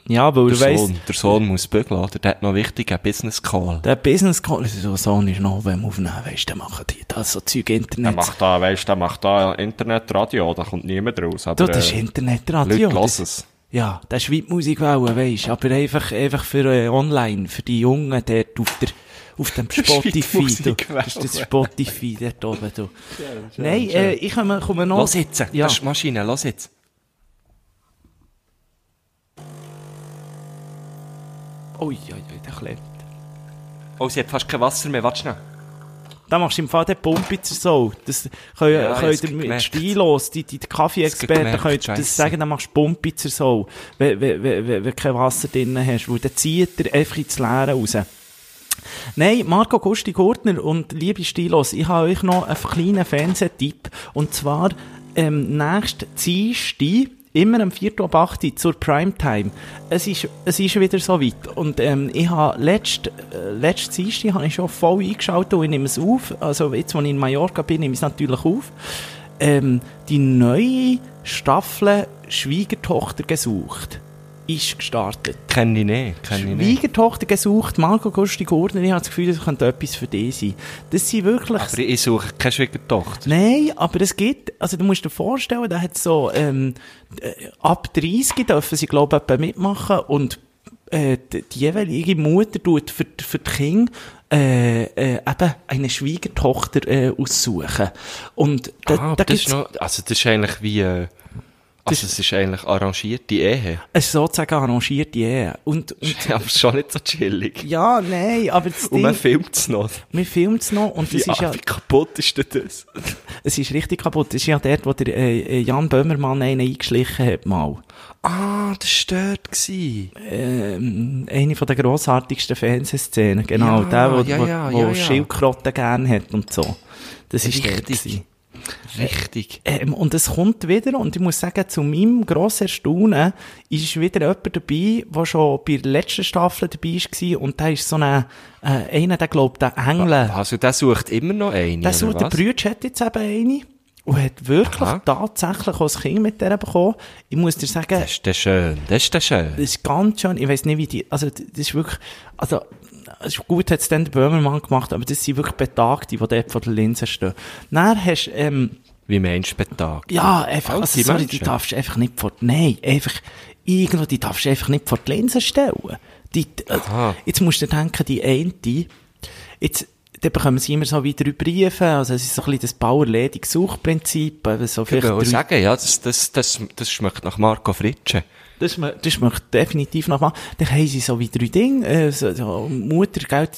Speaker 3: Ja, weil
Speaker 2: Der
Speaker 3: du weißt,
Speaker 2: Sohn, der Sohn muss bügeln, oder? Der hat noch wichtigen Business Call.
Speaker 3: Der Business Call, so Sohn ist noch, wenn wir aufnehmen, weisst, dann machen die das, so Zeug Internet.
Speaker 2: da, weisst der macht da Internetradio, da kommt niemand raus. äh,
Speaker 3: du, das ist Internetradio.
Speaker 2: Leute
Speaker 3: das-
Speaker 2: hören es.
Speaker 3: Ja, das ist Weitmusikwelle, weisst, aber einfach, einfach für äh, online, für die Jungen dort auf der, auf dem Spotify, du.
Speaker 2: Weitmusikwelle.
Speaker 3: Das ist das Spotify dort oben, du. Nein, äh, ich komme, komme noch.
Speaker 2: Los jetzt,
Speaker 3: Ja.
Speaker 2: das ist die Maschine, los jetzt.
Speaker 3: Ui, ui, ui, der klebt.
Speaker 2: Oh, sie hat fast kein Wasser mehr, warte schnell.
Speaker 3: Da machst du im Fall den Pumpitzer so. Das können,
Speaker 2: Ja, ich hab's
Speaker 3: können mit
Speaker 2: gemerkt.
Speaker 3: Stilos, die, die, die Kaffee-Experten
Speaker 2: gemerkt,
Speaker 3: können
Speaker 2: scheisse.
Speaker 3: das sagen, dann machst du Pumpitzer so, wenn, wenn, wenn, wenn, wenn kein Wasser drin hast, weil dann zieht er einfach ins Leere raus. Nein, Marco Gusti Gurtner und liebe Stilos, ich habe euch noch einen kleinen Fernsehtipp. Und zwar, ähm, nächst Dienstag, immer am 4. ab 8 Uhr zur Primetime. Es ist, es ist wieder so weit. Und, ähm, ich habe letzt, äh, letzt Dienstag habe ich schon voll eingeschaltet und ich nehme es auf. Also, jetzt, wo ich in Mallorca bin, nehme ich es natürlich auf. Ähm, die neue Staffel Schwiegertochter gesucht ist gestartet.
Speaker 2: Kenne ich nicht, kenne ich nicht.
Speaker 3: Schwiegertochter gesucht, Marco Gusti Gordner, ich habe das Gefühl, das könnte etwas für dich sein. Das sind wirklich...
Speaker 2: Aber ich suche keine Schwiegertochter.
Speaker 3: Nein, aber es gibt, also du musst dir vorstellen, da hat so, ähm, äh, ab 30 dürfen sie, glaube ich, etwa mitmachen und äh, die die jeweilige Mutter tut für, die- für die Kinder äh, äh, eben eine Schwiegertochter äh, aussuchen. Und da,
Speaker 2: ah,
Speaker 3: da
Speaker 2: das
Speaker 3: gibt's
Speaker 2: ist noch, also das ist eigentlich wie, äh, also es ist eigentlich arrangierte Ehe.
Speaker 3: es ist sozusagen arrangierte Ehe. Und, und
Speaker 2: Aber schon nicht so chillig.
Speaker 3: ja, nein, aber das
Speaker 2: Und man
Speaker 3: Ding,
Speaker 2: filmt es noch.
Speaker 3: wir filmen es noch und das
Speaker 2: Wie,
Speaker 3: ist ja...
Speaker 2: ah, wie kaputt ist denn das?
Speaker 3: Es ist richtig kaputt. Es ist ja dort, wo der äh, äh, Jan Böhmermann einen eingeschlichen hat mal.
Speaker 2: Ah, das war dort. gewesen.
Speaker 3: Ähm, eine von der grossartigsten Fernsehszenen. Genau,
Speaker 2: Ja,
Speaker 3: der, wo,
Speaker 2: ja,
Speaker 3: wo,
Speaker 2: ja,
Speaker 3: wo
Speaker 2: ja, ja.
Speaker 3: Schildkröten gern hat und so. Das ist dort.
Speaker 2: Richtig.
Speaker 3: gewesen.
Speaker 2: Richtig.
Speaker 3: Ähm, und es kommt wieder, und ich muss sagen, zu meinem grossen Erstaunen ist wieder jemand dabei, der schon bei der letzten Staffel dabei war, und der ist so ein, äh, einer, der glaubt, der Engel.
Speaker 2: Also der sucht immer noch einen,
Speaker 3: Das
Speaker 2: oder
Speaker 3: Äh. der
Speaker 2: was?
Speaker 3: Brütsch hat jetzt eben eine und hat wirklich
Speaker 2: Aha.
Speaker 3: tatsächlich auch ein Kind mit der bekommen. Ich muss dir sagen,
Speaker 2: Das ist der schön, das ist der schön.
Speaker 3: das ist ganz schön, ich weiß nicht, wie die, also das ist wirklich, also es ist gut hat es dann der Böhmermann gemacht, aber das sind wirklich Betagte, die dort vor der Linse stehen. Dann hast du, ähm,
Speaker 2: Wie Mensch betagt.
Speaker 3: ja, einfach,
Speaker 2: Alte
Speaker 3: also, sorry, die
Speaker 2: Menschen.
Speaker 3: darfst du einfach nicht vor, nein, einfach, irgendwo, die darfst du einfach nicht vor die Linse stellen. Die, äh,
Speaker 2: Aha.
Speaker 3: jetzt musst du dir denken, die eine, jetzt, dann bekommen sie immer so wie drei Briefe, also es ist so ein bisschen das Bauerledig-Suchprinzip, eben so
Speaker 2: Ich
Speaker 3: vielleicht
Speaker 2: würde
Speaker 3: drei,
Speaker 2: sagen, ja, das, das, das, das schmeckt nach Marco Fritsche.
Speaker 3: das, mö- das möchte ich definitiv noch machen. Dann haben sie so wie drei Dinge, äh, so, so Mutter, gell,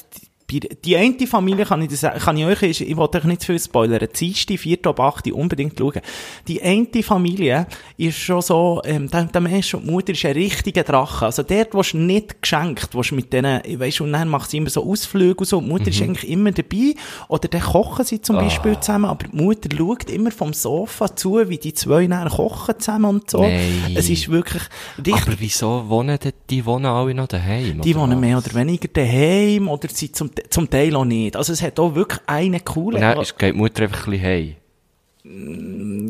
Speaker 3: die, die- die eine Familie kann ich, das, kann ich euch, ist- ich wollte euch nicht zu viel spoilern, Dienstag, 4. ab 8. unbedingt schauen. Die eine Familie ist schon so, ähm, der, der Mensch und die Mutter ist ein richtiger Drache. Also dort, wo du nicht geschenkt, wo du mit denen, weisst du, und dann macht sie immer so Ausflüge und so, die Mutter ist eigentlich immer dabei. Oder dann kochen sie zum Beispiel zusammen, aber die Mutter schaut immer vom Sofa zu, wie die zwei dann kochen zusammen und so.
Speaker 2: Nein.
Speaker 3: Es ist wirklich richtig.
Speaker 2: Aber wieso wohnen die, die wohnen alle noch daheim?
Speaker 3: Die
Speaker 2: oder
Speaker 3: wohnen
Speaker 2: was?
Speaker 3: mehr oder weniger daheim oder sind zum, zum Teil auch nicht. Also es hat auch wirklich einen
Speaker 2: Und
Speaker 3: coolen...
Speaker 2: dann ist, geht die Mutter einfach ein bisschen heim.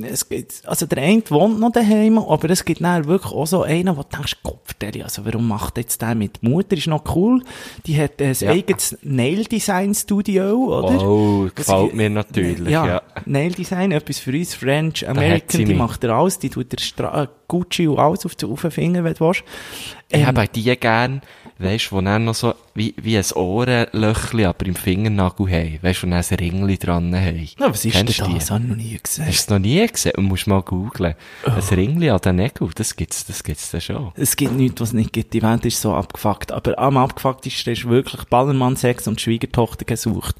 Speaker 3: es gibt, also der eine wohnt noch daheim, aber es gibt dann wirklich auch so einen, wo du denkst, Kopf, also warum macht jetzt der mit? Die Mutter ist noch cool, die hat ein
Speaker 2: Ja.
Speaker 3: eigenes Nail-Design-Studio, oder?
Speaker 2: Oh,
Speaker 3: Das-
Speaker 2: gefällt mir natürlich, ja.
Speaker 3: Nail-Design, etwas für uns, French,
Speaker 2: hat sie
Speaker 3: American, die
Speaker 2: mich.
Speaker 3: macht er alles, die tut der Stra äh, Gucci und alles auf, auf den Finger, wenn du willst. Ähm,
Speaker 2: Ich habe auch die gern, weisst du, die dann noch so, wie, wie ein Ohrenlöchli, aber im Fingernagel haben. Weisst du, und dann ein Ringli dran haben.
Speaker 3: Na, was ist denn
Speaker 2: Kennst
Speaker 3: das?
Speaker 2: du die?
Speaker 3: Das habe ich noch nie gesehen.
Speaker 2: Hast du es noch nie gesehen? Du musst mal googlen. Ein
Speaker 3: Oh.
Speaker 2: Ringli an den Nägeln, das gibt's, das gibt's da schon.
Speaker 3: Es gibt nichts, was es nicht gibt. Die Welt ist so abgefuckt. Aber am abgefucktesten ist wirklich Ballermann Sex und die Schwiegertochter gesucht.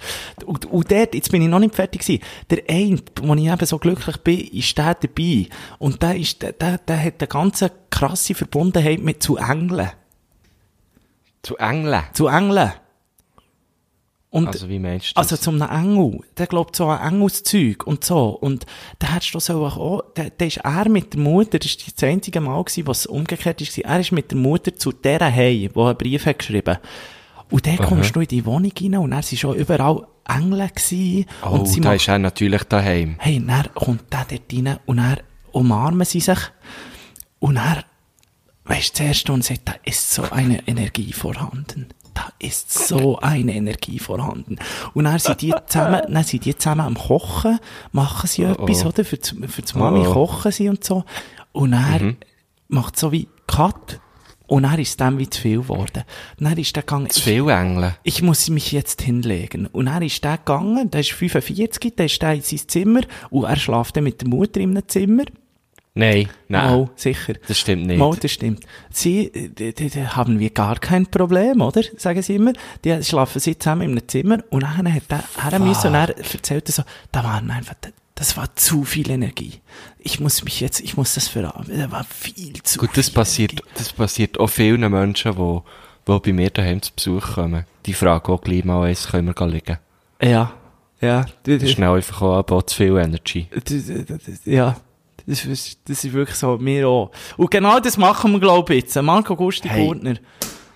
Speaker 3: Und, und dort, jetzt bin ich noch nicht fertig gewesen. Der eine, wo ich eben so glücklich bin, ist der dabei. Und der ist, der, der, der hat eine ganz krasse Verbundenheit mit zu Engeln.
Speaker 2: Zu Engeln.
Speaker 3: Zu Engeln. Und,
Speaker 2: Also, wie meinst du das?
Speaker 3: also zum Engel, der glaubt so an Engelszeug und so. Und da hättest du so auch, da, da ist er mit der Mutter, das ist das einzige Mal gewesen, was umgekehrt ist, er ist mit der Mutter zu der hey, wo einen Brief hat geschrieben. Und dann kommst du in die Wohnung rein und er sind schon überall Engel gewesen.
Speaker 2: oh,
Speaker 3: und sie
Speaker 2: da
Speaker 3: macht-
Speaker 2: ist er natürlich daheim.
Speaker 3: Hey, und dann kommt der dort rein und dann umarmen sie sich. Und er, weißt du, zuerst und sagt, da ist so eine Energie vorhanden. Da ist so eine Energie vorhanden. Und dann sind die zusammen, dann sind die zusammen am Kochen, machen sie etwas, oder? Für, die- für die Mami
Speaker 2: Oh, Mhm. oh.
Speaker 3: kochen sie und so. Und er macht so wie Cut. Und er ist dem wie zu viel geworden. Und dann ist der Gang,
Speaker 2: Zu viele Engel.
Speaker 3: ich muss mich jetzt hinlegen. Und er ist der gegangen, der ist 45, der ist der in sein Zimmer und er schläft dann mit der Mutter in einem Zimmer.
Speaker 2: Nein, nein.
Speaker 3: Mal, sicher.
Speaker 2: Das stimmt nicht.
Speaker 3: Mal, das stimmt. Sie, die, die, die haben wir gar kein Problem, oder? Sagen sie immer. Die schlafen sie zusammen in einem Zimmer und dann hat der Herr müssen und er erzählt so, da waren einfach, das war zu viel Energie. Ich muss mich jetzt, ich muss das verarbeiten. Da war viel zu
Speaker 2: Gut, das
Speaker 3: viel
Speaker 2: passiert,
Speaker 3: Energie.
Speaker 2: das passiert auch vielen Menschen, die, die bei mir daheim zu Besuch kommen. Die fragen auch gleich mal eins, können wir gehen liegen?
Speaker 3: Ja, ja. Du-
Speaker 2: Das
Speaker 3: du-
Speaker 2: ist dann einfach auch, ab, auch zu viel Energy.
Speaker 3: Du- du- du- du- Ja, das ist, das ist wirklich so, wir auch. Und genau das machen wir, glaube ich, jetzt. Marco Gusti
Speaker 2: Hey.
Speaker 3: Gurtner.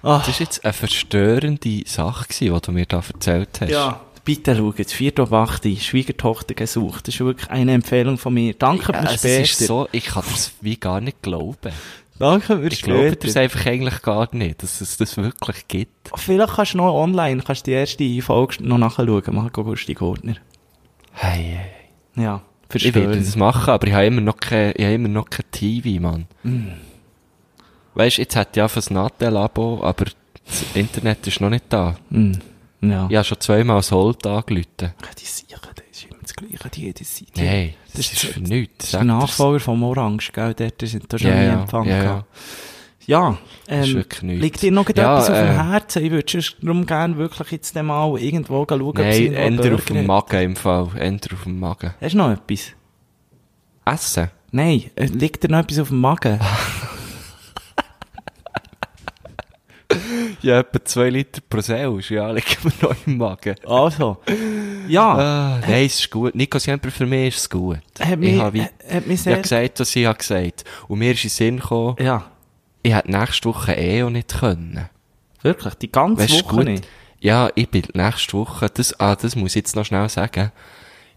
Speaker 3: Ah,
Speaker 2: Das ist jetzt eine verstörende Sache gewesen, die du mir da erzählt hast.
Speaker 3: ja. Bitte schaut, 4. ab 8. Uhr, Schwiegertochter gesucht. Das ist wirklich eine Empfehlung von mir. Danke
Speaker 2: Ja,
Speaker 3: mir
Speaker 2: es
Speaker 3: später.
Speaker 2: ist so, ich kann das wie gar nicht glauben.
Speaker 3: Danke mir
Speaker 2: Ich glaube das
Speaker 3: später.
Speaker 2: einfach eigentlich gar nicht, dass es das wirklich gibt.
Speaker 3: Vielleicht kannst du noch online, kannst du die erste Folge noch nachschauen, Marco Gusti Gurtner.
Speaker 2: Hey, hey, hey.
Speaker 3: Ja,
Speaker 2: ich werde
Speaker 3: verstehen.
Speaker 2: das machen, aber ich habe immer noch kein, ich habe immer noch kein TV, Mann. Weißt, jetzt hätte ich auch ein Natel-Abo, aber das Internet ist noch nicht da.
Speaker 3: Hm. Ja.
Speaker 2: Ich habe schon zweimal das Holt angerufen.
Speaker 3: Die Sache, das ist immer das Gleiche, die, die, die, die.
Speaker 2: Nein, das,
Speaker 3: das
Speaker 2: ist
Speaker 3: ist-
Speaker 2: für nichts.
Speaker 3: Das ist der
Speaker 2: Sag dir's.
Speaker 3: Nachfolger vom Orange, gell? Dort sind da schon
Speaker 2: Ja,
Speaker 3: nie
Speaker 2: ja,
Speaker 3: Empfang
Speaker 2: ja,
Speaker 3: gehabt. Ja,
Speaker 2: ist
Speaker 3: ähm,
Speaker 2: wirklich nichts.
Speaker 3: liegt dir noch
Speaker 2: Ja,
Speaker 3: etwas auf
Speaker 2: äh,
Speaker 3: dem Herzen? Ich würde schon darum gerne wirklich jetzt dann mal irgendwo gehen schauen, ob es
Speaker 2: Nein,
Speaker 3: irgendwo
Speaker 2: Ender auf
Speaker 3: Burger
Speaker 2: dem
Speaker 3: hat.
Speaker 2: Magen im Fall. Ender auf dem Magen.
Speaker 3: Hast du noch etwas?
Speaker 2: Essen?
Speaker 3: Nein, äh, liegt dir noch etwas auf dem Magen?
Speaker 2: Ja, etwa 2 Liter Prosecco, ja, liegen mir noch im Magen.
Speaker 3: Also, ja,
Speaker 2: Ah, nein, es ist gut. Nico Semper, für mich ist es gut.
Speaker 3: hat mich,
Speaker 2: ich habe wie-
Speaker 3: hat mich
Speaker 2: ich
Speaker 3: sehr...
Speaker 2: habe gesagt, was ich habe gesagt. Und mir ist in den Sinn gekommen,
Speaker 3: ja,
Speaker 2: ich hätte nächste Woche eh auch nicht können.
Speaker 3: wirklich, die ganze
Speaker 2: Weißt du,
Speaker 3: Woche
Speaker 2: gut.
Speaker 3: nicht.
Speaker 2: Ja, ich bin nächste Woche, das, ah, das muss ich jetzt noch schnell sagen.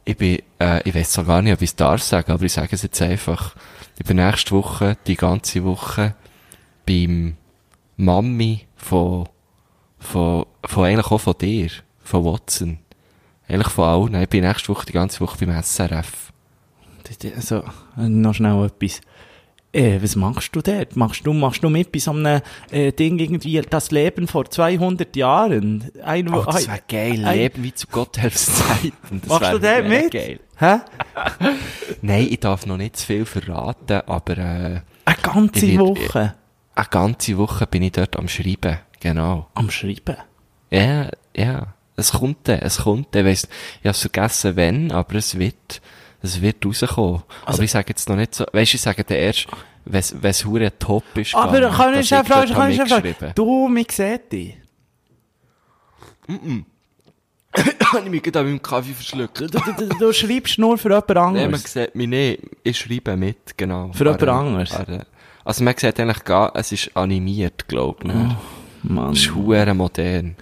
Speaker 2: Ich bin, äh, ich weiß gar nicht, ob ich es darf sagen, aber ich sage es jetzt einfach. Ich bin nächste Woche, die ganze Woche, beim Mami von, von, von eigentlich auch von dir, von Watson. Eigentlich von allen. Ich bin nächste Woche, die ganze Woche beim SRF.
Speaker 3: Das- das- Also, äh, noch schnell etwas. Äh, was machst du dort? Machst du, machst du mit bei so einem äh, Ding irgendwie das Leben vor 200 Jahren? Ein,
Speaker 2: Oh, das
Speaker 3: ein-
Speaker 2: wäre geil.
Speaker 3: ein-
Speaker 2: Leben wie zu Gotthelfs Zeiten. Das
Speaker 3: Machst du
Speaker 2: wär
Speaker 3: dort
Speaker 2: mega
Speaker 3: mit?
Speaker 2: Geil.
Speaker 3: Hä?
Speaker 2: Nein, ich darf noch nicht zu viel verraten, aber, äh,
Speaker 3: Eine ganze
Speaker 2: Ich werd-
Speaker 3: Woche
Speaker 2: Eine ganze Woche bin ich dort am Schreiben, genau.
Speaker 3: am Schreiben.
Speaker 2: Ja, ja. Es kommt dann, es kommt dann. Ich weiss, ich hab's vergessen, wenn, aber es wird, es wird rauskommen.
Speaker 3: Also
Speaker 2: aber ich sage jetzt noch nicht so, weisst, ich sage dann erst, wenn's, wenn's hure top ist.
Speaker 3: Aber
Speaker 2: gar nicht,
Speaker 3: kann
Speaker 2: dass
Speaker 3: ich schon
Speaker 2: dort
Speaker 3: fragen, kann ich schon
Speaker 2: mitgeschrieben
Speaker 3: fragen. Du, mich sieht dich.
Speaker 2: Habe ich mich gerade an meinem Kaffee verschluckt.
Speaker 3: Du, du, du, du schreibst nur für jemand
Speaker 2: Nein, man
Speaker 3: anderes.
Speaker 2: sieht mich nicht. Ich schreibe mit, genau.
Speaker 3: Für jemand
Speaker 2: An-
Speaker 3: anderes?
Speaker 2: an- Also man sieht eigentlich gar, es ist animiert, glaub ich.
Speaker 3: Oh, Mann.
Speaker 2: Es ist hure modern.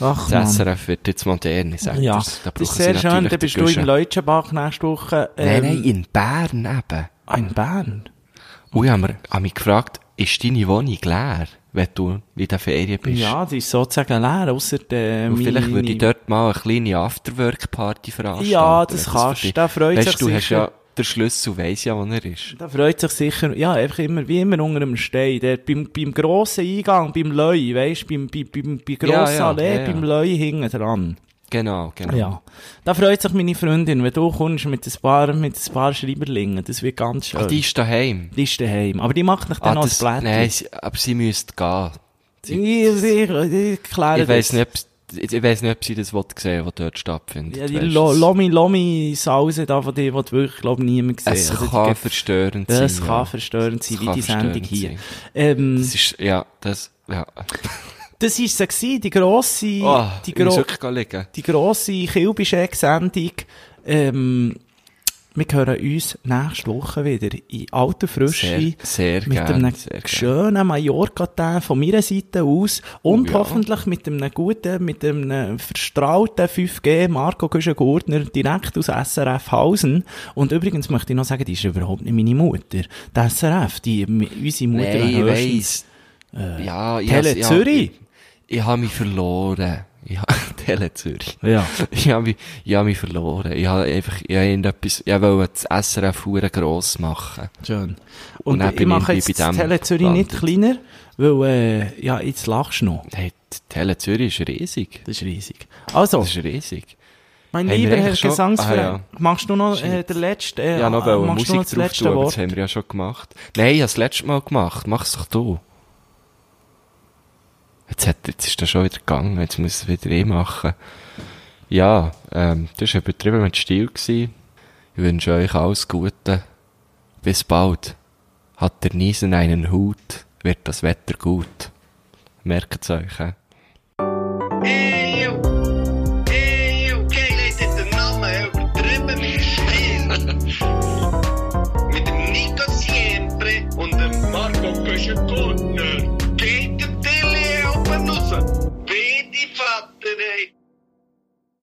Speaker 3: Ach,
Speaker 2: Das
Speaker 3: Mann.
Speaker 2: SRF wird jetzt modern, ich sag
Speaker 3: Ja,
Speaker 2: dir's. Da
Speaker 3: das ist
Speaker 2: brauchen
Speaker 3: sehr
Speaker 2: sie
Speaker 3: schön.
Speaker 2: natürlich den
Speaker 3: Dann bist du in
Speaker 2: Guschen.
Speaker 3: Leutschenbach nächste Woche.
Speaker 2: Nein,
Speaker 3: Ähm,
Speaker 2: nein, in Bern eben.
Speaker 3: ah, in Bern.
Speaker 2: Und ich habe mir- habe mich gefragt, ist deine Wohnung leer, wenn du in der Ferien bist?
Speaker 3: Ja, die ist sozusagen leer, ausser äh, der
Speaker 2: Und vielleicht würde ich dort mal eine kleine Afterwork-Party veranstalten.
Speaker 3: Ja, das
Speaker 2: wenn
Speaker 3: kannst
Speaker 2: für
Speaker 3: du.
Speaker 2: dich-
Speaker 3: Da freut
Speaker 2: Weisst
Speaker 3: sich
Speaker 2: du, du hast
Speaker 3: sicher-
Speaker 2: ja den Schlüssel, weiss ja, wo er ist.
Speaker 3: Da freut sich sicher, ja, einfach immer, wie immer unter dem Stein. Der, beim, beim grossen Eingang, beim Leu, weisst du, beim, beim, beim, bei grossen
Speaker 2: ja,
Speaker 3: Allee,
Speaker 2: ja, ja.
Speaker 3: beim Leu hinten dran.
Speaker 2: Genau, genau.
Speaker 3: Ja. Da freut sich meine Freundin, wenn du kommst mit ein paar, mit ein paar Schreiberlingen. Das wird ganz schön.
Speaker 2: Ach, die ist daheim. Ah,
Speaker 3: Die ist daheim. Aber die macht nicht dann noch das Blättchen. Ah,
Speaker 2: nein, sie, aber sie müsste gehen.
Speaker 3: ich, ich, ich, ich kläre
Speaker 2: Ich weiss
Speaker 3: das.
Speaker 2: nicht, ob, sie- ich weiss nicht, ob sie das will sehen will, was dort stattfindet.
Speaker 3: Ja, die
Speaker 2: Weisst
Speaker 3: Lo-
Speaker 2: du, es-
Speaker 3: Lomi, Lomi Sause da von dir, die du wirklich, glaube niemand gesehen
Speaker 2: Es kann verstörend sein.
Speaker 3: Das
Speaker 2: ja.
Speaker 3: kann verstörend sein,
Speaker 2: Es
Speaker 3: wie
Speaker 2: kann
Speaker 3: die Sendung
Speaker 2: verstörend sein.
Speaker 3: hier. Ähm,
Speaker 2: Das ist, ja, das, ja.
Speaker 3: das war sie, gewesen, die grosse,
Speaker 2: Oh,
Speaker 3: die,
Speaker 2: ich muss
Speaker 3: gro
Speaker 2: wirklich liegen.
Speaker 3: die grosse Kilbischeg-Sendung. Ähm, wir hören uns nächste Woche wieder in alter Frische.
Speaker 2: Sehr, sehr
Speaker 3: mit
Speaker 2: gerne.
Speaker 3: einem
Speaker 2: Sehr gerne.
Speaker 3: schönen Mallorca-Tag von meiner Seite aus und
Speaker 2: Oh ja.
Speaker 3: hoffentlich mit einem guten, mit einem verstrahlten 5G Marco Güschen-Gurtner direkt aus SRF Hausen. Und übrigens möchte ich noch sagen, die ist überhaupt nicht meine Mutter. Die SRF, die, m- unsere Mutter
Speaker 2: Nein, ich
Speaker 3: höchstens-
Speaker 2: weiss. ja, ich
Speaker 3: Tele
Speaker 2: has- ja,
Speaker 3: Zürich?
Speaker 2: Ich, ich habe mich verloren. Ja, Tele Zürich.
Speaker 3: Ja.
Speaker 2: Ich habe mich, ich habe mich verloren. Ich habe einfach, ich habe irgendetwas, ich wollte das SRF hure gross machen.
Speaker 3: Schön.
Speaker 2: Und
Speaker 3: Und,
Speaker 2: dann
Speaker 3: ich
Speaker 2: bin
Speaker 3: mache
Speaker 2: ich
Speaker 3: jetzt
Speaker 2: bei
Speaker 3: das
Speaker 2: dem
Speaker 3: Tele Zürich nicht kleiner, weil, äh, ja, jetzt lachst du noch.
Speaker 2: Hey, die Tele Zürich ist riesig.
Speaker 3: Das ist riesig. Also,
Speaker 2: Das ist riesig.
Speaker 3: Mein
Speaker 2: Haben wir
Speaker 3: lieber Herr
Speaker 2: eigentlich schon-
Speaker 3: Gesangsverein,
Speaker 2: Ah,
Speaker 3: machst du noch äh, der letzte, äh,
Speaker 2: Ja, noch
Speaker 3: äh,
Speaker 2: wollen
Speaker 3: machst du noch
Speaker 2: Musik
Speaker 3: das
Speaker 2: drauf
Speaker 3: letzte
Speaker 2: tun, aber das
Speaker 3: Wort?
Speaker 2: haben wir ja schon gemacht. Nein, ich habe das letzte Mal gemacht. Mach's doch du. Jetzt, hat, jetzt ist das schon wieder gegangen, jetzt muss ich es wieder eh machen. Ja, ähm, das war übertrieben mit Stil. Gewesen. Ich wünsche euch alles Gute. Bis bald. Hat der Niesen einen Hut, wird das Wetter gut. Merkt's euch, hä?
Speaker 1: Eeuw, eeuw, kijk, hij zit de namen overdribben met stil. Met hem Nico Siempre en de Marco Kusje Corner.